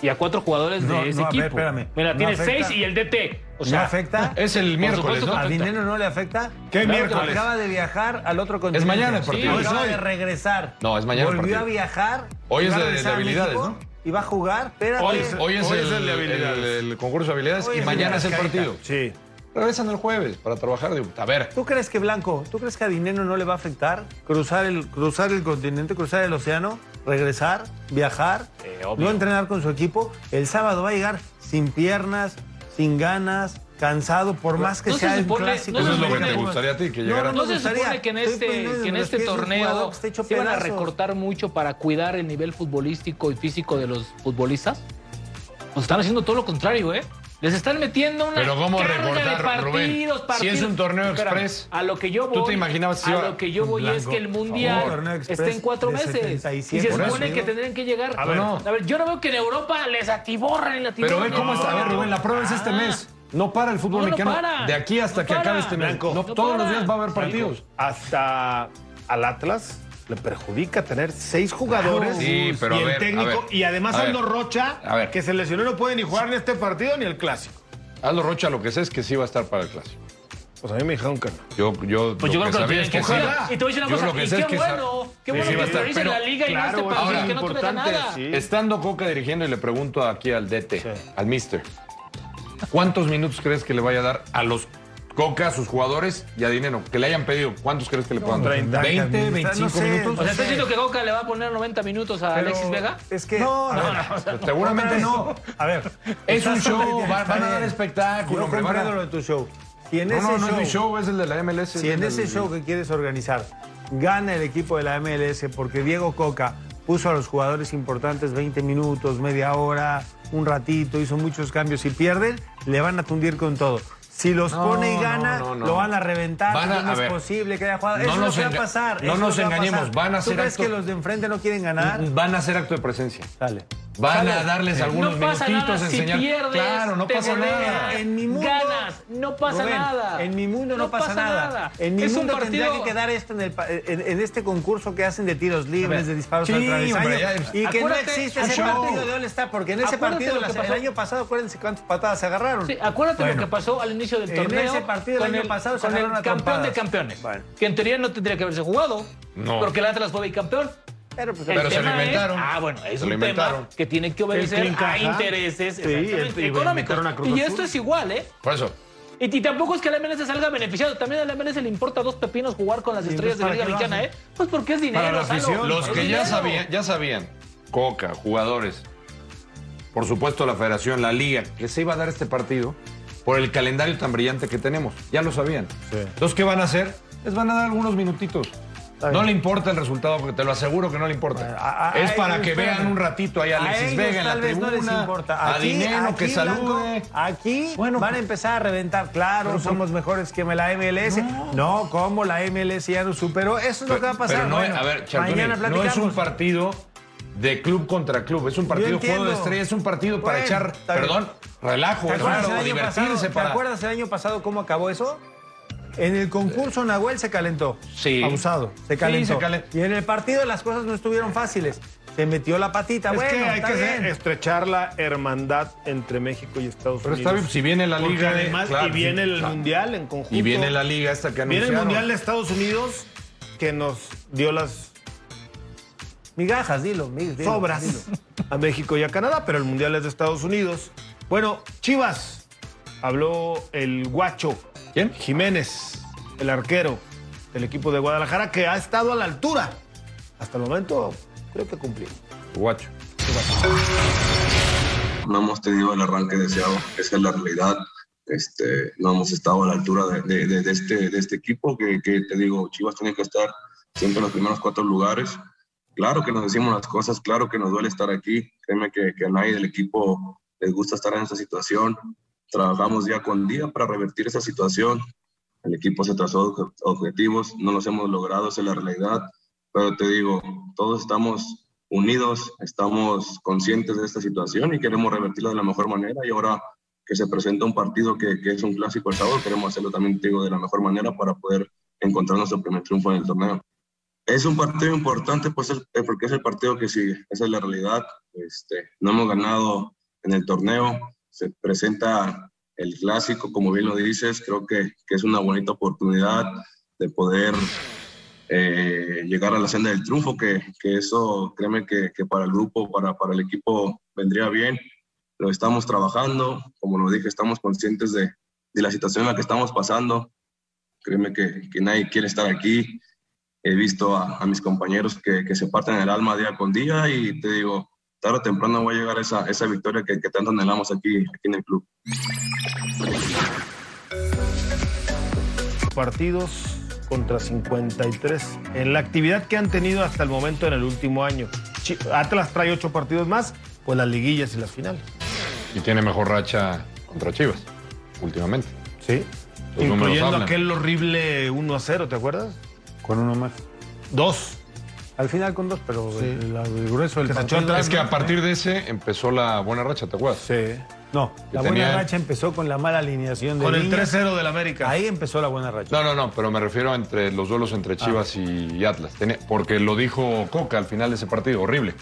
Speaker 5: y a cuatro jugadores
Speaker 8: No,
Speaker 5: de ese
Speaker 8: no, a ver,
Speaker 5: equipo.
Speaker 8: espérame.
Speaker 5: Mira,
Speaker 8: No
Speaker 5: tienes
Speaker 8: afecta.
Speaker 5: seis y el DT. O
Speaker 8: ¿No
Speaker 5: sea,
Speaker 8: afecta?
Speaker 6: *laughs* Es el
Speaker 5: Por
Speaker 6: miércoles,
Speaker 5: supuesto
Speaker 6: ¿no?
Speaker 8: ¿A
Speaker 5: afecta.
Speaker 8: dinero no le afecta?
Speaker 4: ¿Qué miércoles?
Speaker 8: Acaba de viajar al otro continente.
Speaker 6: mañana el partido.
Speaker 8: Sí,
Speaker 6: Es
Speaker 8: acaba
Speaker 6: hoy.
Speaker 8: de regresar.
Speaker 6: No, es mañana el
Speaker 8: Volvió
Speaker 6: partido.
Speaker 8: a viajar.
Speaker 6: Hoy
Speaker 8: y
Speaker 6: es
Speaker 8: va a
Speaker 6: de- de
Speaker 8: regresar a
Speaker 6: habilidades,
Speaker 8: México
Speaker 6: ¿no?
Speaker 8: Y va a jugar. Espérate.
Speaker 6: Hoy es, hoy es
Speaker 4: Hoy
Speaker 6: el,
Speaker 4: es el de habilidades.
Speaker 6: el- el concurso de habilidades
Speaker 8: Hoy
Speaker 6: y
Speaker 8: es
Speaker 6: mañana
Speaker 8: el
Speaker 6: es el partido.
Speaker 4: Sí.
Speaker 6: Regresan el jueves para trabajar. digo, a ver,
Speaker 8: ¿Tú crees que Blanco, tú crees que a dinero no le va a afectar cruzar el, cruzar el continente, cruzar el océano, regresar, viajar,
Speaker 5: Eh, obvio.
Speaker 8: no entrenar con su equipo? El sábado va a llegar sin piernas, sin ganas, cansado, por más que
Speaker 5: no se
Speaker 8: sea el
Speaker 5: supone-
Speaker 8: clásico.
Speaker 5: no se
Speaker 6: eso es lo que
Speaker 5: supone-
Speaker 6: te gustaría a ti, que llegara.
Speaker 8: No
Speaker 5: No
Speaker 8: me
Speaker 5: se supone
Speaker 8: gustaría.
Speaker 5: que en
Speaker 8: Estoy
Speaker 5: este,
Speaker 8: poniendo
Speaker 5: que en
Speaker 8: de los
Speaker 5: este
Speaker 8: pies un
Speaker 5: torneo
Speaker 8: jugador que está
Speaker 5: se
Speaker 8: hecho
Speaker 5: van a
Speaker 8: pedazos.
Speaker 5: recortar mucho para cuidar el nivel futbolístico y físico de los futbolistas? Pues están haciendo todo lo contrario, ¿eh? Les están metiendo una
Speaker 6: Pero ¿cómo
Speaker 5: carga de
Speaker 6: recortar,
Speaker 5: partidos,
Speaker 6: Rubén? Si es un torneo express.
Speaker 5: A lo que yo
Speaker 6: ¿Tú
Speaker 5: voy,
Speaker 6: te imaginabas si
Speaker 5: a
Speaker 6: iba-
Speaker 5: lo que yo voy es
Speaker 8: Blanco,
Speaker 5: que el
Speaker 8: por favor. Torneo
Speaker 5: Mundial
Speaker 8: express
Speaker 5: esté en cuatro
Speaker 8: de
Speaker 5: meses.
Speaker 8: 77.
Speaker 5: Y se
Speaker 8: Por eso,
Speaker 5: supone que
Speaker 8: digo.
Speaker 5: tendrían que llegar.
Speaker 4: A ver.
Speaker 5: No. a ver, yo no veo que en Europa les atiborran y la atiborran.
Speaker 6: ¿eh?
Speaker 3: Pero ve cómo está, a ver, Rubén, la prueba es este
Speaker 5: Ah.
Speaker 3: mes. No para el fútbol
Speaker 5: No, no
Speaker 3: mexicano
Speaker 5: para.
Speaker 3: de aquí hasta
Speaker 5: No
Speaker 3: que
Speaker 5: para.
Speaker 3: acabe este mes.
Speaker 4: Blanco.
Speaker 3: No,
Speaker 5: No
Speaker 3: todos los
Speaker 5: para.
Speaker 3: días va a haber
Speaker 5: Blanco.
Speaker 3: partidos.
Speaker 4: Hasta al Atlas le perjudica tener seis jugadores
Speaker 6: Claro. Sí, pero
Speaker 4: y
Speaker 6: a
Speaker 4: el
Speaker 6: ver,
Speaker 4: técnico.
Speaker 6: a ver,
Speaker 4: y además
Speaker 6: a ver,
Speaker 4: Aldo Rocha,
Speaker 6: a ver.
Speaker 4: que se lesionó, no puede ni jugar ni este partido ni el clásico.
Speaker 6: Aldo Rocha lo que sé es que sí va a estar para el clásico.
Speaker 4: Pues a mí me dijeron que no.
Speaker 6: Yo, yo,
Speaker 5: Pues yo creo que
Speaker 6: sabía
Speaker 5: lo tienen
Speaker 6: es
Speaker 5: que
Speaker 6: sí.
Speaker 5: hacer. Y te voy a decir una
Speaker 6: Yo
Speaker 5: cosa,
Speaker 6: lo que
Speaker 5: y
Speaker 6: sé es
Speaker 5: qué
Speaker 6: que sa-
Speaker 5: bueno, qué
Speaker 6: sí,
Speaker 5: bueno
Speaker 6: sí va a
Speaker 5: que
Speaker 6: estar,
Speaker 5: prioricen
Speaker 6: pero-
Speaker 5: la liga y no este partido que no te meta nada.
Speaker 6: Estando Coca dirigiendo, y le pregunto aquí al DT, al Mister, ¿cuántos minutos crees que le vaya a dar a los Coca, a sus jugadores y a Dinero? Que le hayan pedido, ¿cuántos crees que le puedan dar? 20, 25
Speaker 5: O
Speaker 6: minutos.
Speaker 5: sea, ¿estás diciendo que Coca le va a poner 90 minutos a Alexis Vega?
Speaker 8: Es que.
Speaker 5: No, no,
Speaker 8: A ver,
Speaker 5: no, no.
Speaker 6: Seguramente
Speaker 8: no. A ver.
Speaker 6: Es un show,
Speaker 8: Está
Speaker 6: van- van a dar
Speaker 8: bien.
Speaker 6: espectáculo,
Speaker 8: Yo
Speaker 6: hombre,
Speaker 8: comprendo
Speaker 6: van a-
Speaker 8: lo de tu show. Si en
Speaker 6: No,
Speaker 8: ese
Speaker 6: no, no
Speaker 8: show,
Speaker 6: es mi show, es el de la MLS.
Speaker 8: Si en
Speaker 6: el-
Speaker 8: ese show que quieres organizar gana el equipo de la MLS porque Diego Coca puso a los jugadores importantes 20 minutos, media hora, un ratito, hizo muchos cambios y pierden, le van a tundir con todo. Si los
Speaker 6: No,
Speaker 8: pone y
Speaker 6: no,
Speaker 8: gana,
Speaker 6: no, no.
Speaker 8: lo van a reventar,
Speaker 6: Van a-
Speaker 8: no
Speaker 6: a
Speaker 8: es
Speaker 6: ver,
Speaker 8: posible que haya jugado.
Speaker 6: no
Speaker 8: Eso es lo
Speaker 6: nos
Speaker 8: que va a
Speaker 6: enga- no
Speaker 8: pasar. eso es
Speaker 6: nos
Speaker 8: lo que va a
Speaker 6: engañemos,
Speaker 8: pasar.
Speaker 6: van a
Speaker 8: ¿Tú
Speaker 6: ser
Speaker 8: crees
Speaker 6: actos-
Speaker 8: que los de enfrente no quieren ganar?
Speaker 6: Van a hacer acto de presencia.
Speaker 8: Dale.
Speaker 6: Van
Speaker 8: Sale. Eh,
Speaker 6: a darles
Speaker 8: No
Speaker 6: algunos
Speaker 8: pasa nada
Speaker 6: minutitos,
Speaker 8: si
Speaker 6: enseñar.
Speaker 8: pierdes,
Speaker 6: claro, no
Speaker 8: te
Speaker 6: pasa
Speaker 8: golean.
Speaker 6: nada.
Speaker 8: En mi mundo-
Speaker 5: Ganas, no pasa
Speaker 8: Rubén,
Speaker 5: nada.
Speaker 8: En mi mundo no,
Speaker 5: No
Speaker 8: pasa,
Speaker 5: pasa
Speaker 8: nada.
Speaker 5: nada.
Speaker 8: En mi
Speaker 5: Es un
Speaker 8: mundo tendría
Speaker 5: partido-
Speaker 8: que quedar esto en, el pa- en- en este concurso que hacen de tiros libres, de disparos
Speaker 5: Sí,
Speaker 8: al travesaño.
Speaker 5: hombre, ya-
Speaker 8: y que no
Speaker 5: Acuérdate,
Speaker 8: existe
Speaker 5: un
Speaker 8: ese
Speaker 5: show.
Speaker 8: partido de All-Star, porque en ese
Speaker 5: Acuérdate
Speaker 8: partido
Speaker 5: lo que
Speaker 8: las-
Speaker 5: pasó.
Speaker 8: el año pasado, acuérdense cuántas patadas se agarraron.
Speaker 5: Sí, acuérdate
Speaker 8: Bueno,
Speaker 5: lo que pasó al inicio del
Speaker 8: en
Speaker 5: torneo.
Speaker 8: ese partido el
Speaker 5: con
Speaker 8: año pasado se
Speaker 5: con el
Speaker 8: agarraron a
Speaker 5: campeón de
Speaker 8: trompadas.
Speaker 5: campeones. Que en teoría no tendría que haberse jugado.
Speaker 6: No.
Speaker 5: Porque el Atlas fue bicampeón.
Speaker 8: Pero, pues,
Speaker 5: El
Speaker 6: Pero se lo
Speaker 5: tema es-
Speaker 6: inventaron.
Speaker 5: ah, bueno, es
Speaker 6: Se lo
Speaker 5: un
Speaker 6: inventaron.
Speaker 5: tema que tiene que
Speaker 6: El
Speaker 5: obedecer
Speaker 6: clincaja.
Speaker 5: a intereses
Speaker 6: Sí,
Speaker 5: exactamente,
Speaker 6: el- y
Speaker 5: económicos.
Speaker 6: inventaron a Cruz
Speaker 5: Y
Speaker 6: Azul.
Speaker 5: esto es igual, ¿eh?
Speaker 6: Por eso.
Speaker 5: Y, y tampoco es que la MLS salga beneficiado. También a la MLS le importa dos pepinos jugar con las
Speaker 8: Sí,
Speaker 5: estrellas de la
Speaker 8: entonces,
Speaker 5: Liga
Speaker 8: ¿para qué lo
Speaker 5: Mexicana, ¿eh?
Speaker 8: hacen?
Speaker 5: Pues porque es dinero, Salo.
Speaker 6: Los
Speaker 5: Es
Speaker 6: que ya
Speaker 5: dinero.
Speaker 6: sabían, ya sabían, Coca, jugadores, por supuesto la federación, la liga, que se iba a dar este partido por el calendario tan brillante que tenemos. Ya lo sabían. Entonces, ¿qué van a hacer? Les van a dar algunos minutitos. No le importa el resultado, porque te lo aseguro que no le importa.
Speaker 8: a- a-
Speaker 6: es
Speaker 8: a
Speaker 6: para
Speaker 8: ellos,
Speaker 6: que vean
Speaker 8: espérame.
Speaker 6: un ratito ahí a
Speaker 8: A
Speaker 6: Alexis
Speaker 8: ellos
Speaker 6: Vega en la
Speaker 8: tal vez
Speaker 6: tribuna,
Speaker 8: no les importa.
Speaker 6: a
Speaker 8: Aquí-
Speaker 6: Dinero que
Speaker 8: aquí, Blanco,
Speaker 6: salude. pues-
Speaker 8: Aquí van a empezar a reventar. Claro, somos mejores que la MLS. No, como la MLS ya nos superó. Eso es lo que va a pasar.
Speaker 6: Pero no,
Speaker 8: Bueno,
Speaker 6: a ver, Chardonnay,
Speaker 8: mañana
Speaker 6: no
Speaker 8: platicamos.
Speaker 6: es un partido de club contra club, es un
Speaker 8: Yo
Speaker 6: partido
Speaker 8: entiendo.
Speaker 6: juego de estrella, es un partido para
Speaker 8: Bueno,
Speaker 6: echar,
Speaker 8: está bien.
Speaker 6: perdón, relajo,
Speaker 8: ¿Te
Speaker 6: es
Speaker 8: acuerdas el
Speaker 6: para
Speaker 8: año pasado-
Speaker 6: divertirse,
Speaker 8: ¿Te
Speaker 6: para...
Speaker 8: acuerdas el año pasado cómo acabó eso? En el concurso Nahuel se calentó.
Speaker 6: Sí.
Speaker 8: Abusado. Se
Speaker 6: Sí,
Speaker 8: calentó.
Speaker 6: se calen-
Speaker 8: Y en el partido las cosas no estuvieron fáciles. Se metió la patita.
Speaker 4: Es
Speaker 8: bueno,
Speaker 4: que hay
Speaker 8: está
Speaker 4: que
Speaker 8: bien.
Speaker 4: estrechar la hermandad entre México y Estados
Speaker 6: Pero
Speaker 4: Unidos.
Speaker 6: está bien, si viene la
Speaker 4: Porque
Speaker 6: liga,
Speaker 4: además,
Speaker 6: claro,
Speaker 4: y viene
Speaker 6: sí,
Speaker 4: el
Speaker 6: claro.
Speaker 4: Mundial en conjunto.
Speaker 6: Ah. Y viene la liga esta que
Speaker 4: Viene el
Speaker 6: anunciaron.
Speaker 4: Mundial de Estados Unidos que nos dio las
Speaker 8: Migajas, dilo. mig- dilo,
Speaker 4: sobras
Speaker 8: dilo.
Speaker 4: a México y a Canadá, pero el Mundial es de Estados Unidos. Bueno, Chivas, habló el guacho.
Speaker 6: ¿Quién?
Speaker 4: Jiménez, el arquero del equipo de Guadalajara, que ha estado a la altura. Hasta el momento creo que cumplió.
Speaker 6: Guacho.
Speaker 13: no hemos tenido el arranque deseado, esa es la realidad. Este, no hemos estado a la altura de, de- de- de este, de este equipo, que, que te digo, Chivas tiene que estar siempre en los primeros cuatro lugares. Claro que nos decimos las cosas, claro que nos duele estar aquí, créeme que, que a nadie del equipo les gusta estar en esa situación. Trabajamos día con día para revertir esa situación. El equipo se trazó obje- objetivos, no los hemos logrado, esa es la realidad. Pero te digo, todos estamos unidos, estamos conscientes de esta situación y queremos revertirla de la mejor manera. Y ahora que se presenta un partido que, que es un clásico el sábado, queremos hacerlo también, te digo, de la mejor manera para poder encontrar nuestro primer triunfo en el torneo. Es un partido importante pues, el- eh, porque es el partido que sigue, esa es la realidad. Este, no hemos ganado en el torneo, se presenta el clásico, como bien lo dices, creo que, que es una bonita oportunidad de poder eh, llegar a la senda del triunfo, que, que eso, créeme que, que para el grupo, para, para el equipo vendría bien. Lo estamos trabajando, como lo dije, estamos conscientes de, de la situación en la que estamos pasando. Créeme que, que nadie quiere estar aquí. He visto a, a mis compañeros que, que se parten el alma día con día y te digo, tarde o temprano va a llegar esa, esa victoria que, que tanto anhelamos aquí, aquí en el club.
Speaker 4: partidos contra 53 en la actividad que han tenido hasta el momento en el último año. Chi- Atlas trae ocho partidos más, pues las liguillas y las finales.
Speaker 6: Y tiene mejor racha contra Chivas, últimamente.
Speaker 4: Sí.
Speaker 6: Los números
Speaker 4: Incluyendo
Speaker 6: hablan.
Speaker 4: aquel horrible 1 a 0, ¿te acuerdas?
Speaker 8: Con uno más.
Speaker 4: Dos.
Speaker 8: Al final con dos, pero el, la- el grueso del
Speaker 6: Es que a partir de ese empezó la buena racha, ¿te acuerdas?
Speaker 4: Sí.
Speaker 8: No,
Speaker 6: que
Speaker 8: la buena
Speaker 6: tenían-
Speaker 8: racha empezó con la mala alineación de
Speaker 6: Con el
Speaker 8: Viñas.
Speaker 6: 3-0 del América.
Speaker 8: Ahí empezó la buena racha. Ah.
Speaker 6: No, no, no, pero me refiero a entre los duelos entre Chivas y Atlas. Tenía- porque lo dijo Coca al final de ese partido, horrible.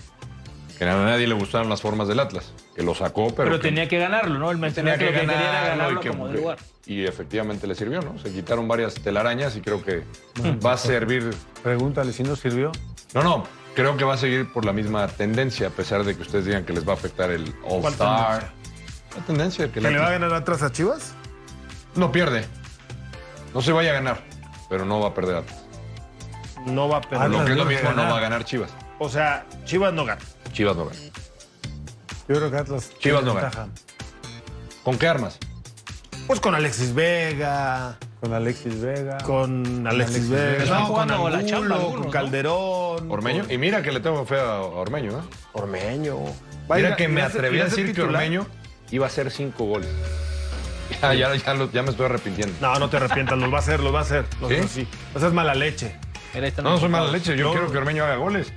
Speaker 6: Que a nadie le gustaron las formas del Atlas. Que lo sacó, pero.
Speaker 5: Pero,
Speaker 6: que-
Speaker 5: tenía que ganarlo, ¿no? El mencionar que, lo que pues, quería era
Speaker 6: ganarlo
Speaker 5: ganarlo
Speaker 6: y que-
Speaker 5: como de lugar.
Speaker 6: Y efectivamente le sirvió, ¿no? Se quitaron varias telarañas y creo que va a servir.
Speaker 8: Pregúntale si no sirvió.
Speaker 6: No, no. Creo que va a seguir por la misma tendencia, a pesar de que ustedes digan que les va a afectar el
Speaker 4: ¿Cuál
Speaker 6: All-Star. La tendencia que
Speaker 4: ¿Que
Speaker 6: el
Speaker 4: le va a
Speaker 6: Atlas
Speaker 4: ganar atrás a Chivas?
Speaker 6: No pierde. No se vaya a ganar, pero no va a perder Atlas.
Speaker 4: No va a perder.
Speaker 6: lo que es lo mismo, no va a ganar Chivas.
Speaker 4: O sea, Chivas no gana.
Speaker 6: Chivas no gana.
Speaker 8: Yo creo que Atlas.
Speaker 6: Chivas
Speaker 8: tiene
Speaker 6: no gana.
Speaker 8: ventaja.
Speaker 6: ¿Con qué armas?
Speaker 4: Pues con Alexis Vega.
Speaker 8: Con Alexis Vega.
Speaker 4: Con Alexis Vega.
Speaker 6: Están
Speaker 4: con
Speaker 6: jugando la chamba
Speaker 4: Angulo,
Speaker 6: algunos,
Speaker 4: con
Speaker 6: ¿no?
Speaker 4: Calderón.
Speaker 6: Ormeño.
Speaker 4: con-
Speaker 6: Y mira que le tengo fe a Ormeño, ¿eh?
Speaker 4: Ormeño.
Speaker 6: Mira
Speaker 4: Vaya,
Speaker 6: que me
Speaker 4: irá a ser-
Speaker 6: atreví
Speaker 4: irá
Speaker 6: a
Speaker 4: ser
Speaker 6: decir que
Speaker 4: titular.
Speaker 6: Ormeño iba a hacer cinco goles. *laughs* Ya, ya, ya lo- ya me estoy arrepintiendo.
Speaker 4: No, no te arrepientas, los va a hacer, los va a hacer. Los
Speaker 6: ¿Sí?
Speaker 4: sí. O sea, es mala leche.
Speaker 6: No, no soy mala leche. Yo quiero que Ormeño haga goles.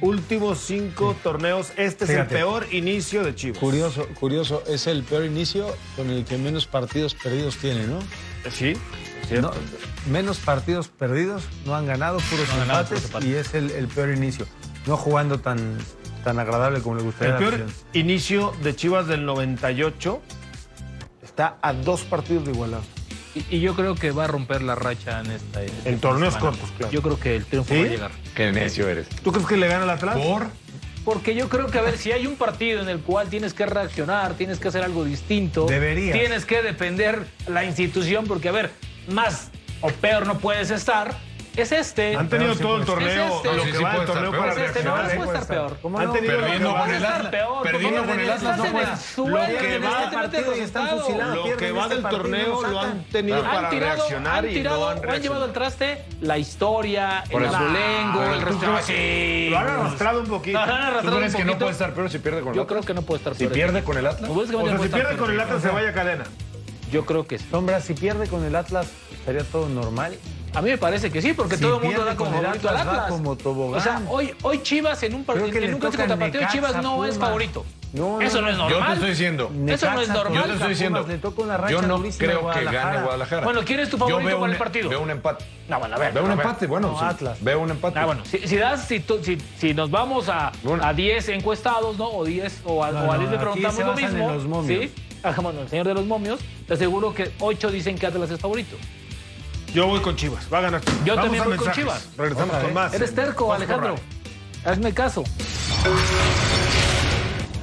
Speaker 4: Últimos cinco torneos. Este es el
Speaker 8: Fíjate.
Speaker 4: peor inicio de Chivas.
Speaker 8: Curioso, curioso, es el peor inicio con el que menos partidos perdidos tiene, ¿no?
Speaker 4: Sí, cierto.
Speaker 8: No, menos partidos perdidos, no han ganado puros
Speaker 5: No han ganado
Speaker 8: empates
Speaker 5: puros empates.
Speaker 8: y es el, el peor inicio. No jugando tan, tan agradable como le gustaría.
Speaker 4: El
Speaker 8: a la
Speaker 4: peor
Speaker 8: afición.
Speaker 4: inicio de Chivas del 98 está a dos partidos de igualar.
Speaker 5: Y, y yo creo que va a romper la racha en esta. En,
Speaker 4: torneos cortos, claro.
Speaker 5: Yo creo que el triunfo
Speaker 4: ¿Sí?
Speaker 5: va a llegar.
Speaker 6: Qué necio eres.
Speaker 4: ¿Tú crees que le gana el Atlas?
Speaker 6: ¿Por?
Speaker 5: Porque yo creo que, a ver, si hay un partido en el cual tienes que reaccionar, tienes que hacer algo distinto.
Speaker 8: Deberías.
Speaker 5: Tienes que depender la institución, porque, a ver, más o peor no puedes estar. Es este.
Speaker 4: Han tenido todo el torneo,
Speaker 5: Es este.
Speaker 4: lo que va del torneo para
Speaker 5: Es este, no,
Speaker 4: reaccionar.
Speaker 5: no
Speaker 4: ¿eh?
Speaker 5: puede estar peor. ¿Cómo
Speaker 4: Han
Speaker 5: no?
Speaker 4: tenido lo que
Speaker 6: Perdiendo
Speaker 4: va
Speaker 6: con el
Speaker 4: del-
Speaker 6: Atlas. Perdiendo con el Atlas no
Speaker 5: Pues,
Speaker 6: puedes.
Speaker 5: Lo que va
Speaker 4: del
Speaker 8: partido y están fusilados,
Speaker 4: Lo que
Speaker 8: pierden
Speaker 4: va
Speaker 8: este
Speaker 4: del
Speaker 8: partido y
Speaker 4: torneo
Speaker 8: lo
Speaker 4: lo han
Speaker 8: sacan.
Speaker 4: tenido
Speaker 6: Claro.
Speaker 4: para
Speaker 5: han tirado,
Speaker 4: reaccionar
Speaker 5: han
Speaker 4: y no
Speaker 5: tirado
Speaker 4: han
Speaker 5: o han llevado
Speaker 4: reaccionado.
Speaker 5: al traste la historia,
Speaker 6: Por
Speaker 5: el
Speaker 6: eso.
Speaker 5: abolengo,
Speaker 6: Pero
Speaker 5: el
Speaker 6: tú
Speaker 5: restaurante.
Speaker 6: crees-
Speaker 5: Sí.
Speaker 4: Lo han arrastrado un poquito.
Speaker 5: Lo han arrastrado
Speaker 6: ¿Tú crees
Speaker 5: un
Speaker 6: que no
Speaker 5: poquito.
Speaker 6: puede estar peor si pierde con el
Speaker 5: Yo
Speaker 6: Atlas?
Speaker 5: creo que no puede estar
Speaker 6: Si
Speaker 5: peor.
Speaker 6: pierde con el Atlas.
Speaker 5: Pues,
Speaker 4: O
Speaker 5: ¿cómo
Speaker 4: sea,
Speaker 5: no
Speaker 4: si
Speaker 5: puede
Speaker 4: pierde
Speaker 5: estar
Speaker 4: con el
Speaker 5: peor?
Speaker 4: Atlas se vaya a cadena.
Speaker 5: Yo creo que sí.
Speaker 8: Sombra, si pierde con el Atlas, estaría todo normal.
Speaker 5: A mí me parece que sí, porque
Speaker 8: Si
Speaker 5: todo el mundo
Speaker 8: pierde
Speaker 5: da como
Speaker 8: con el
Speaker 5: favorito al
Speaker 8: Atlas, va
Speaker 5: Atlas.
Speaker 8: como tobogán.
Speaker 5: o sea, hoy, hoy Chivas en un partido,
Speaker 8: Creo que le
Speaker 5: en un
Speaker 8: toca
Speaker 5: clásico tapatío,
Speaker 8: Necaxa,
Speaker 5: Chivas no es
Speaker 8: Pumas.
Speaker 5: favorito.
Speaker 8: No, no,
Speaker 5: Eso no es
Speaker 8: no.
Speaker 5: normal.
Speaker 6: Yo te estoy diciendo.
Speaker 5: Eso no es
Speaker 8: Necaxa,
Speaker 5: normal.
Speaker 6: Yo te estoy diciendo.
Speaker 8: Pumas le toca una racha
Speaker 6: Yo no
Speaker 8: durísima a
Speaker 6: creo que gane
Speaker 8: Guadalajara.
Speaker 6: Guadalajara.
Speaker 5: Bueno, ¿quién es tu favorito
Speaker 6: Yo veo
Speaker 5: para el
Speaker 6: un- e-
Speaker 5: partido?
Speaker 6: Veo un empate.
Speaker 5: No, bueno, a ver.
Speaker 6: Veo un
Speaker 5: a ver.
Speaker 6: empate, bueno.
Speaker 8: No,
Speaker 6: sí.
Speaker 8: Atlas.
Speaker 6: Veo un empate.
Speaker 5: Ah, bueno, si, si das, si, tú- si, si nos vamos a,
Speaker 6: Bueno.
Speaker 5: a 10 encuestados, ¿no? O 10, o a,
Speaker 8: No,
Speaker 5: o a
Speaker 8: no,
Speaker 5: 10 le
Speaker 8: aquí
Speaker 5: preguntamos
Speaker 8: se
Speaker 5: lo
Speaker 8: basan en
Speaker 5: mismo.
Speaker 8: los momios.
Speaker 5: ¿sí? Ah, bueno, el señor de los momios, te aseguro que 8 dicen que Atlas es favorito.
Speaker 4: Yo voy con Chivas, va a ganar Chivas.
Speaker 5: Yo
Speaker 4: Vamos
Speaker 5: también
Speaker 4: a
Speaker 5: voy con
Speaker 4: mensajes.
Speaker 5: Chivas.
Speaker 4: Regresamos con más.
Speaker 5: Eres
Speaker 4: Vamos
Speaker 5: terco,
Speaker 4: por
Speaker 5: Alejandro.
Speaker 4: radio.
Speaker 5: Hazme caso.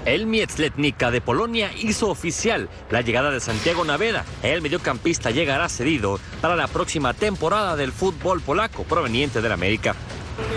Speaker 14: El Mietletnica de Polonia hizo oficial la llegada de Santiago Naveda. El mediocampista llegará cedido para la próxima temporada del fútbol polaco proveniente del América.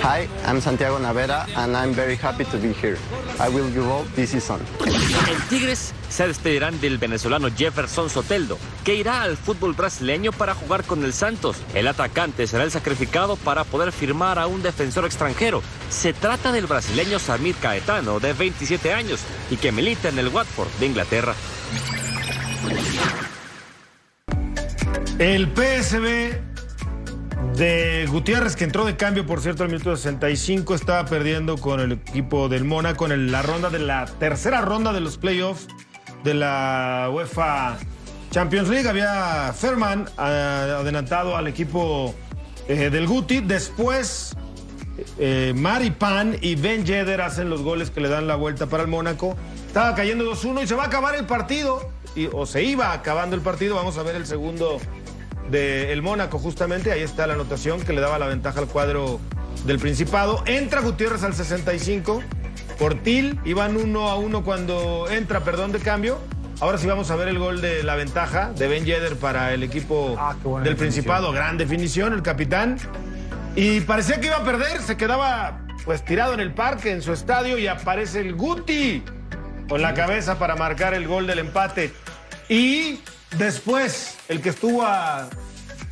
Speaker 15: Hi, I'm Santiago Navera and I'm very happy to be here. I will give all this season.
Speaker 14: En Tigres se despedirán del venezolano Jefferson Soteldo, que irá al fútbol brasileño para jugar con el Santos. El atacante será el sacrificado para poder firmar a un defensor extranjero. Se trata del brasileño Samir Caetano, de 27 años, y que milita en el Watford de Inglaterra.
Speaker 4: El PSB de Gutiérrez, que entró de cambio, por cierto, al minuto 65, estaba perdiendo con el equipo del Mónaco en el- la ronda de la tercera ronda de los playoffs de la UEFA Champions League. Había Ferman ah, adelantado al equipo eh, del Guti. Después, eh, Maripan y Ben Yedder hacen los goles que le dan la vuelta para el Mónaco. Estaba cayendo 2-1 y se va a acabar el partido. y- o se iba acabando el partido. Vamos a ver el segundo del Mónaco, justamente. Ahí está la anotación que le daba la ventaja al cuadro del Principado. Entra Gutiérrez al 65. Portil, iban 1 a 1 cuando entra, perdón, de cambio. Ahora sí vamos a ver el gol de la ventaja de Ben Yedder para el equipo del
Speaker 8: definición.
Speaker 4: Principado. Gran definición, el capitán. Y parecía que iba a perder, se quedaba pues tirado en el parque, en su estadio, y aparece el Guti con la cabeza para marcar el gol del empate. Y después, el que estuvo a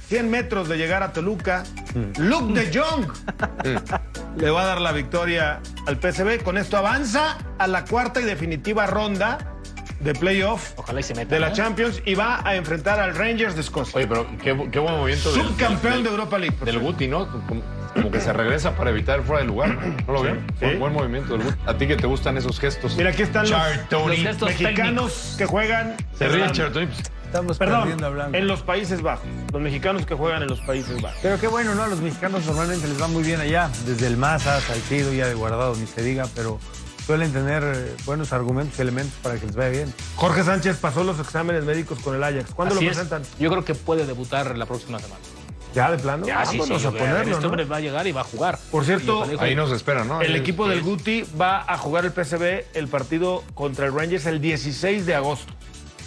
Speaker 4: 100 metros de llegar a Toluca, Luke de
Speaker 5: *laughs*
Speaker 4: Jong, le va a dar la victoria al PSV. Con esto avanza a la cuarta y definitiva ronda de playoff
Speaker 5: Ojalá y se meta.
Speaker 4: de la
Speaker 5: ¿no?
Speaker 4: Champions y va a enfrentar al Rangers de Escocia. Oye,
Speaker 6: pero qué, bu- qué buen movimiento. del-
Speaker 4: Subcampeón
Speaker 6: del-
Speaker 4: de Europa League.
Speaker 6: Del Guti, ¿no? Como, como que se regresa para evitar el fuera de lugar. ¿No ¿No lo vieron? Buen, buen movimiento del Guti. A ti que te gustan esos gestos.
Speaker 4: Mira, aquí están los,
Speaker 6: Chartoni.
Speaker 4: los mexicanos que juegan.
Speaker 6: Se ríe
Speaker 4: Perdón.
Speaker 6: Chartoni.
Speaker 4: Estamos
Speaker 8: perdiendo
Speaker 4: Perdón,
Speaker 8: hablando.
Speaker 4: en los Países Bajos. Los mexicanos que juegan en los Países Bajos.
Speaker 8: Pero qué bueno, ¿no? A los mexicanos normalmente les va muy bien allá. Desde el Maza, Salcido, ya de guardado, ni se diga, pero suelen tener eh, buenos argumentos y elementos para que les vaya bien.
Speaker 4: Jorge Sánchez pasó los exámenes médicos con el Ajax. ¿Cuándo
Speaker 5: Así
Speaker 4: lo
Speaker 5: es.
Speaker 4: presentan?
Speaker 5: Yo creo que puede debutar la próxima semana.
Speaker 4: ¿Ya de
Speaker 6: Ah,
Speaker 4: plano?
Speaker 5: Ya, sí, sí,
Speaker 4: Vámonos a
Speaker 5: yo creo.
Speaker 4: ponerlo,
Speaker 5: Este
Speaker 4: ¿no?
Speaker 5: hombre va a llegar y va a jugar.
Speaker 4: Por
Speaker 5: Y
Speaker 4: cierto,
Speaker 5: ojalá y juegue.
Speaker 6: Ahí nos espera, ¿no?
Speaker 4: El equipo del Guti va a jugar el PSV el partido contra el Rangers el 16 de agosto.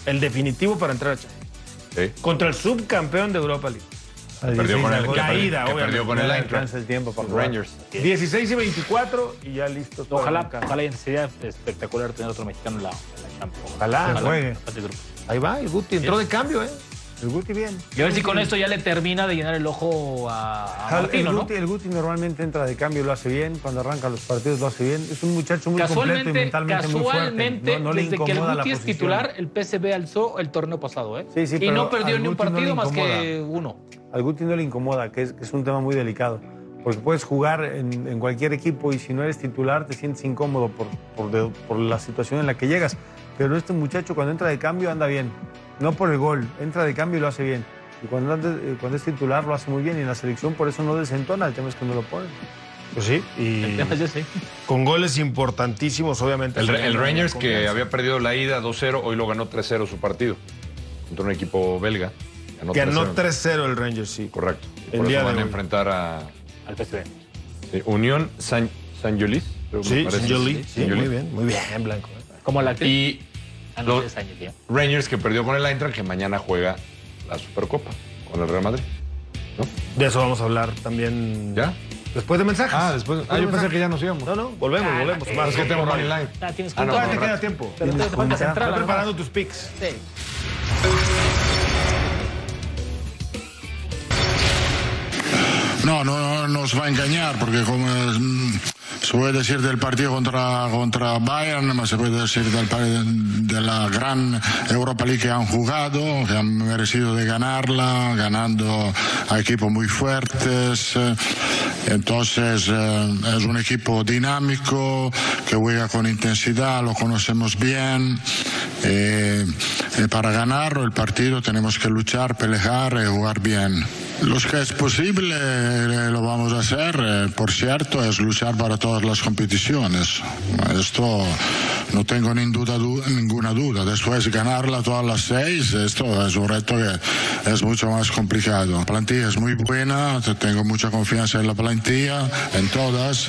Speaker 4: El definitivo para entrar a Champions.
Speaker 6: Sí.
Speaker 4: Contra el subcampeón de Europa League.
Speaker 6: Que perdió con el, que perdió-
Speaker 4: Caída,
Speaker 6: que
Speaker 4: obviamente.
Speaker 6: perdió con el
Speaker 4: No le
Speaker 6: Eintracht.
Speaker 4: alcanza el tiempo para jugar.
Speaker 6: Rangers.
Speaker 4: 16 y 24 y ya listos. para
Speaker 5: Ojalá,
Speaker 4: el campo.
Speaker 5: ojalá sería espectacular tener otro mexicano en la, en la Champions.
Speaker 4: Ojalá. Que juegue.
Speaker 5: Parte del grupo.
Speaker 4: Ahí va, el Guti entró
Speaker 5: Sí.
Speaker 4: de cambio, ¿eh?
Speaker 8: El Guti bien.
Speaker 5: Y a ver si con esto ya le termina de llenar el ojo a, a
Speaker 8: Al-
Speaker 5: Martino,
Speaker 8: el,
Speaker 5: Ah, ¿no?
Speaker 8: Guti, el Guti normalmente entra de cambio, lo hace bien. Cuando arranca los partidos, lo hace bien. Es un muchacho muy completo y
Speaker 5: Casualmente,
Speaker 8: mentalmente muy fuerte.
Speaker 5: casualmente,
Speaker 8: No- no le
Speaker 5: desde que el
Speaker 8: incomoda la
Speaker 5: Guti es
Speaker 8: posición.
Speaker 5: titular, el PSV alzó el torneo pasado, ¿eh?
Speaker 8: Sí, sí,
Speaker 5: y
Speaker 8: pero
Speaker 5: no perdió
Speaker 8: al
Speaker 5: ni un
Speaker 8: Guti no
Speaker 5: partido
Speaker 8: le
Speaker 5: más que
Speaker 8: incomoda.
Speaker 5: uno.
Speaker 8: Al Guti no le incomoda, que es, que es un tema muy delicado. Porque puedes jugar en, en cualquier equipo y si no eres titular te sientes incómodo por, por, de- por la situación en la que llegas. Pero este muchacho cuando entra de cambio anda bien. No por el gol, entra de cambio y lo hace bien. Y cuando, anda- eh, cuando es titular lo hace muy bien y en la selección por eso no desentona, el tema es que no lo ponen.
Speaker 4: Pues sí, *laughs* y con goles importantísimos, obviamente.
Speaker 6: El,
Speaker 4: Sí,
Speaker 6: el Rangers que
Speaker 4: confianza.
Speaker 6: había perdido la ida 2-0, hoy lo ganó 3-0 su partido. Contra un equipo belga.
Speaker 4: Ganó 3-0 el Rangers, sí.
Speaker 6: Correcto. Y
Speaker 4: El
Speaker 6: por
Speaker 4: día
Speaker 6: eso
Speaker 4: de
Speaker 6: van a
Speaker 4: hoy.
Speaker 6: enfrentar a,
Speaker 5: Al PSV.
Speaker 6: Sí, Unión San, San Yolis. creo que
Speaker 4: Sí,
Speaker 6: me parece.
Speaker 4: San Yoli. Sí,
Speaker 6: Yoli.
Speaker 4: muy bien, muy bien, Blanco. ¿eh?
Speaker 5: Como la
Speaker 6: Y
Speaker 5: Los...
Speaker 6: los Rangers que perdió con el Eintracht, que mañana juega la Supercopa con el Real Madrid.
Speaker 4: De eso vamos a hablar también.
Speaker 6: ¿Ya?
Speaker 4: Después de mensajes.
Speaker 6: Ah, después- ah, yo pensé que ya nos íbamos.
Speaker 4: No, no, volvemos,
Speaker 6: Ah,
Speaker 4: volvemos.
Speaker 6: eh, es que tengo Money Line.
Speaker 4: Ah, tienes
Speaker 6: Ah, no,
Speaker 4: Todavía
Speaker 6: no, rato.
Speaker 4: te queda tiempo.
Speaker 6: Pero todavía te falta central,
Speaker 4: Ve
Speaker 6: ¿no?
Speaker 4: preparando tus picks.
Speaker 5: Sí.
Speaker 16: No, no nos va a engañar, porque como eh, mm, se puede decir del partido contra, contra Bayern, más se puede decir del, par- de la gran Europa League que han jugado, que han merecido de ganarla, ganando a equipos muy fuertes. eh, Entonces eh, es un equipo dinámico, que juega con intensidad, lo conocemos bien. Eh, eh, para ganar el partido tenemos que luchar, pelear y jugar bien. Los que es posible eh, lo vamos a hacer, eh, por cierto, es luchar para todas las competiciones. Esto no tengo ni duda, du- ninguna duda. Después ganarla todas las seis, esto es un reto que es mucho más complicado. La plantilla es muy buena, tengo mucha confianza en la plantilla, en todas.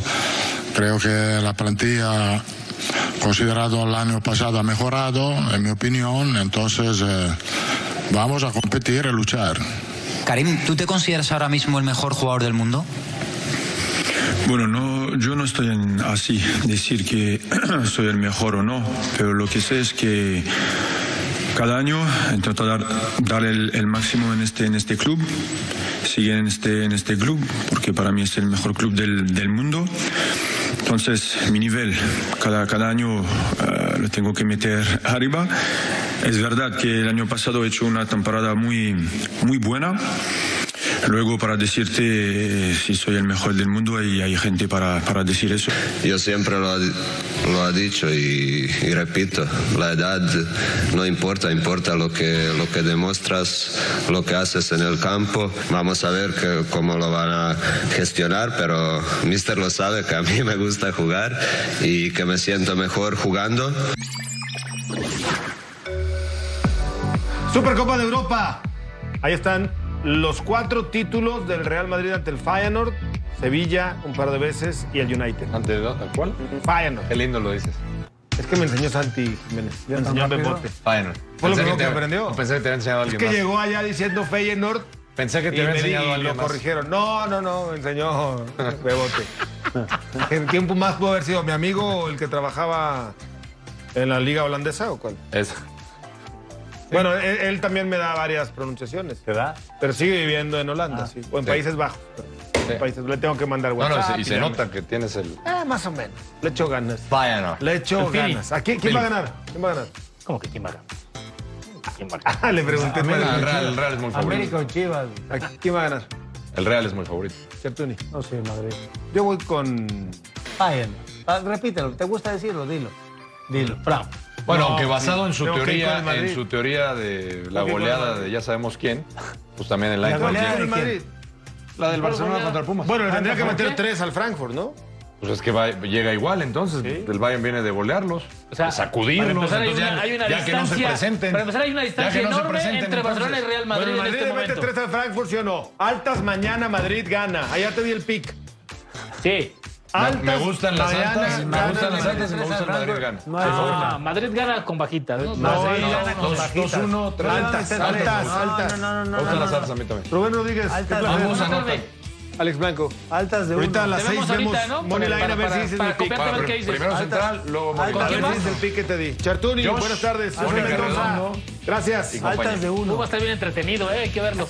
Speaker 16: Creo que la plantilla considerado el año pasado ha mejorado, en mi opinión, entonces eh, vamos a competir y luchar.
Speaker 17: Karim, ¿tú te consideras ahora mismo el mejor jugador del mundo?
Speaker 9: Bueno, no, yo no estoy en así, decir que *clears throat* soy el mejor o no, pero lo que sé es que cada año intento dar, dar el, el máximo en este, en este club, seguir en este, en este club, porque para mí es el mejor club del, del mundo. Entonces, mi nivel cada, cada año eh, lo tengo que meter arriba. Es verdad que el año pasado he hecho una temporada muy, muy buena. Luego, para decirte eh, si soy el mejor del mundo, hay, hay gente para, para decir eso.
Speaker 18: Yo siempre lo, ha- lo ha dicho y, y repito, la edad no importa, importa lo que, lo que demuestras, lo que haces en el campo. Vamos a ver que- cómo lo van a gestionar, pero Mister lo sabe que a mí me gusta jugar y que me siento mejor jugando.
Speaker 4: Supercopa de Europa. Ahí están los cuatro títulos del Real Madrid ante el Feyenoord, Sevilla un par de veces y el United.
Speaker 6: ¿Ante cuál?
Speaker 4: Feyenoord.
Speaker 6: Qué lindo lo dices.
Speaker 4: Es que me enseñó Santi Jiménez. Me enseñó de bote.
Speaker 6: Feyenoord.
Speaker 4: Fue lo
Speaker 6: Pensé
Speaker 4: primero que
Speaker 6: te-
Speaker 4: aprendió.
Speaker 6: Pensé que te había enseñado
Speaker 4: Es
Speaker 6: alguien
Speaker 4: que
Speaker 6: más.
Speaker 4: llegó allá diciendo Feyenoord.
Speaker 6: Pensé que te
Speaker 4: y
Speaker 6: había
Speaker 4: me di-
Speaker 6: enseñado
Speaker 4: y
Speaker 6: alguien
Speaker 4: lo
Speaker 6: más.
Speaker 4: corrigieron. No, no, no, me enseñó Bebote. ¿En tiempo más pudo haber sido mi amigo el que trabajaba en la liga holandesa o cuál?
Speaker 6: Eso.
Speaker 4: Bueno, él, él también me da varias pronunciaciones. ¿Te da? Pero sigue viviendo en Holanda, sí. O en
Speaker 6: Ah, Sí.
Speaker 4: Países Bajos. En Países, le tengo que mandar
Speaker 6: No, no,
Speaker 4: WhatsApp.
Speaker 6: y se
Speaker 4: ya me-
Speaker 6: nota que tienes el.
Speaker 4: Ah, más o menos. Le echo ganas.
Speaker 6: Feyenoord.
Speaker 4: Le echo ganas. ¿A quién, quién va a ganar? ¿Quién va a ganar?
Speaker 5: ¿Cómo que quién marca? ¿Quién
Speaker 4: Ah, le pregunté.
Speaker 6: América,
Speaker 4: para-
Speaker 6: el Real, el Real es muy favorito.
Speaker 4: América o Chivas. ¿A- ¿Quién va a ganar?
Speaker 6: El Real es muy favorito.
Speaker 4: Certuni. No sé, Madrid. Yo voy con.
Speaker 8: Bayern. Pa- Repítelo, ¿te gusta decirlo? Dilo. Dilo. Bravo.
Speaker 6: Bueno,
Speaker 8: No,
Speaker 6: aunque
Speaker 8: sí.
Speaker 6: basado en su
Speaker 8: Tengo que ir
Speaker 6: teoría,
Speaker 8: con el Madrid.
Speaker 6: en su teoría de la
Speaker 8: Tengo que ir con el
Speaker 6: goleada
Speaker 8: Madrid.
Speaker 6: de ya sabemos quién, pues también el Eintracht llega. La del Barcelona contra el Pumas. Ah,
Speaker 4: Bueno, le tendría que
Speaker 6: ¿Por
Speaker 4: meter
Speaker 6: qué?
Speaker 4: tres al Frankfurt, ¿no?
Speaker 6: Pues es que va- llega igual, entonces el Bayern viene de golearlos, de sacudirlos,
Speaker 5: Para empezar, hay
Speaker 6: entonces
Speaker 5: una,
Speaker 6: ya-
Speaker 5: hay una
Speaker 6: ya que no
Speaker 5: distancia.
Speaker 6: se presenten.
Speaker 5: Para empezar, hay una
Speaker 6: Ya
Speaker 5: distancia
Speaker 6: que no se
Speaker 5: enorme
Speaker 6: presenten,
Speaker 5: entre Barcelona y
Speaker 6: entonces.
Speaker 5: Real Madrid
Speaker 4: bueno,
Speaker 5: en
Speaker 4: Madrid
Speaker 5: este
Speaker 4: le mete
Speaker 5: momento.
Speaker 4: tres al Frankfurt, ¿sí o no? Altas mañana, Madrid gana. Allá te vi el pick.
Speaker 5: Sí.
Speaker 4: Altas,
Speaker 6: Me gustan las
Speaker 4: mañana,
Speaker 6: altas, me
Speaker 4: gana,
Speaker 6: gustan las
Speaker 4: Madrid
Speaker 6: altas y me
Speaker 4: tres
Speaker 6: gusta
Speaker 4: al
Speaker 6: el Madrid
Speaker 4: Frankfurt.
Speaker 6: gana.
Speaker 5: No, Madrid gana con bajita. ¿eh? No,
Speaker 4: Madrid
Speaker 5: no,
Speaker 4: gana
Speaker 5: no,
Speaker 4: con
Speaker 5: no,
Speaker 4: bajitas.
Speaker 5: dos, uno, tres.
Speaker 4: Altas, altas, altas.
Speaker 8: No, no,
Speaker 6: Me
Speaker 8: no.
Speaker 6: gustan
Speaker 8: no,
Speaker 6: las
Speaker 8: no.
Speaker 6: altas a mí también.
Speaker 4: Rubén Rodríguez.
Speaker 8: Altas
Speaker 4: ¿qué
Speaker 8: de
Speaker 4: placer?
Speaker 8: uno.
Speaker 4: Alex Blanco.
Speaker 8: Altas de
Speaker 4: Ahorita a
Speaker 8: uno.
Speaker 4: las
Speaker 8: Te
Speaker 4: seis
Speaker 8: vemos
Speaker 4: vemos
Speaker 8: ahorita, ¿no?
Speaker 4: Money
Speaker 8: Para-
Speaker 4: Line a ver
Speaker 8: para-
Speaker 4: si dices
Speaker 8: para
Speaker 4: el pick.
Speaker 8: copiarte a ver qué dices.
Speaker 6: Primero
Speaker 8: Altas.
Speaker 6: central, luego
Speaker 8: Altas.
Speaker 4: A
Speaker 6: Moneyline.
Speaker 4: ver si dices el pick que te di. Chartuni,
Speaker 6: Josh,
Speaker 4: buenas tardes.
Speaker 6: Jorge
Speaker 4: Jorge Mendoza.
Speaker 6: Redondo.
Speaker 4: Gracias.
Speaker 6: Y compañía.
Speaker 8: de uno.
Speaker 5: Pumas está bien entretenido, eh, hay que verlo.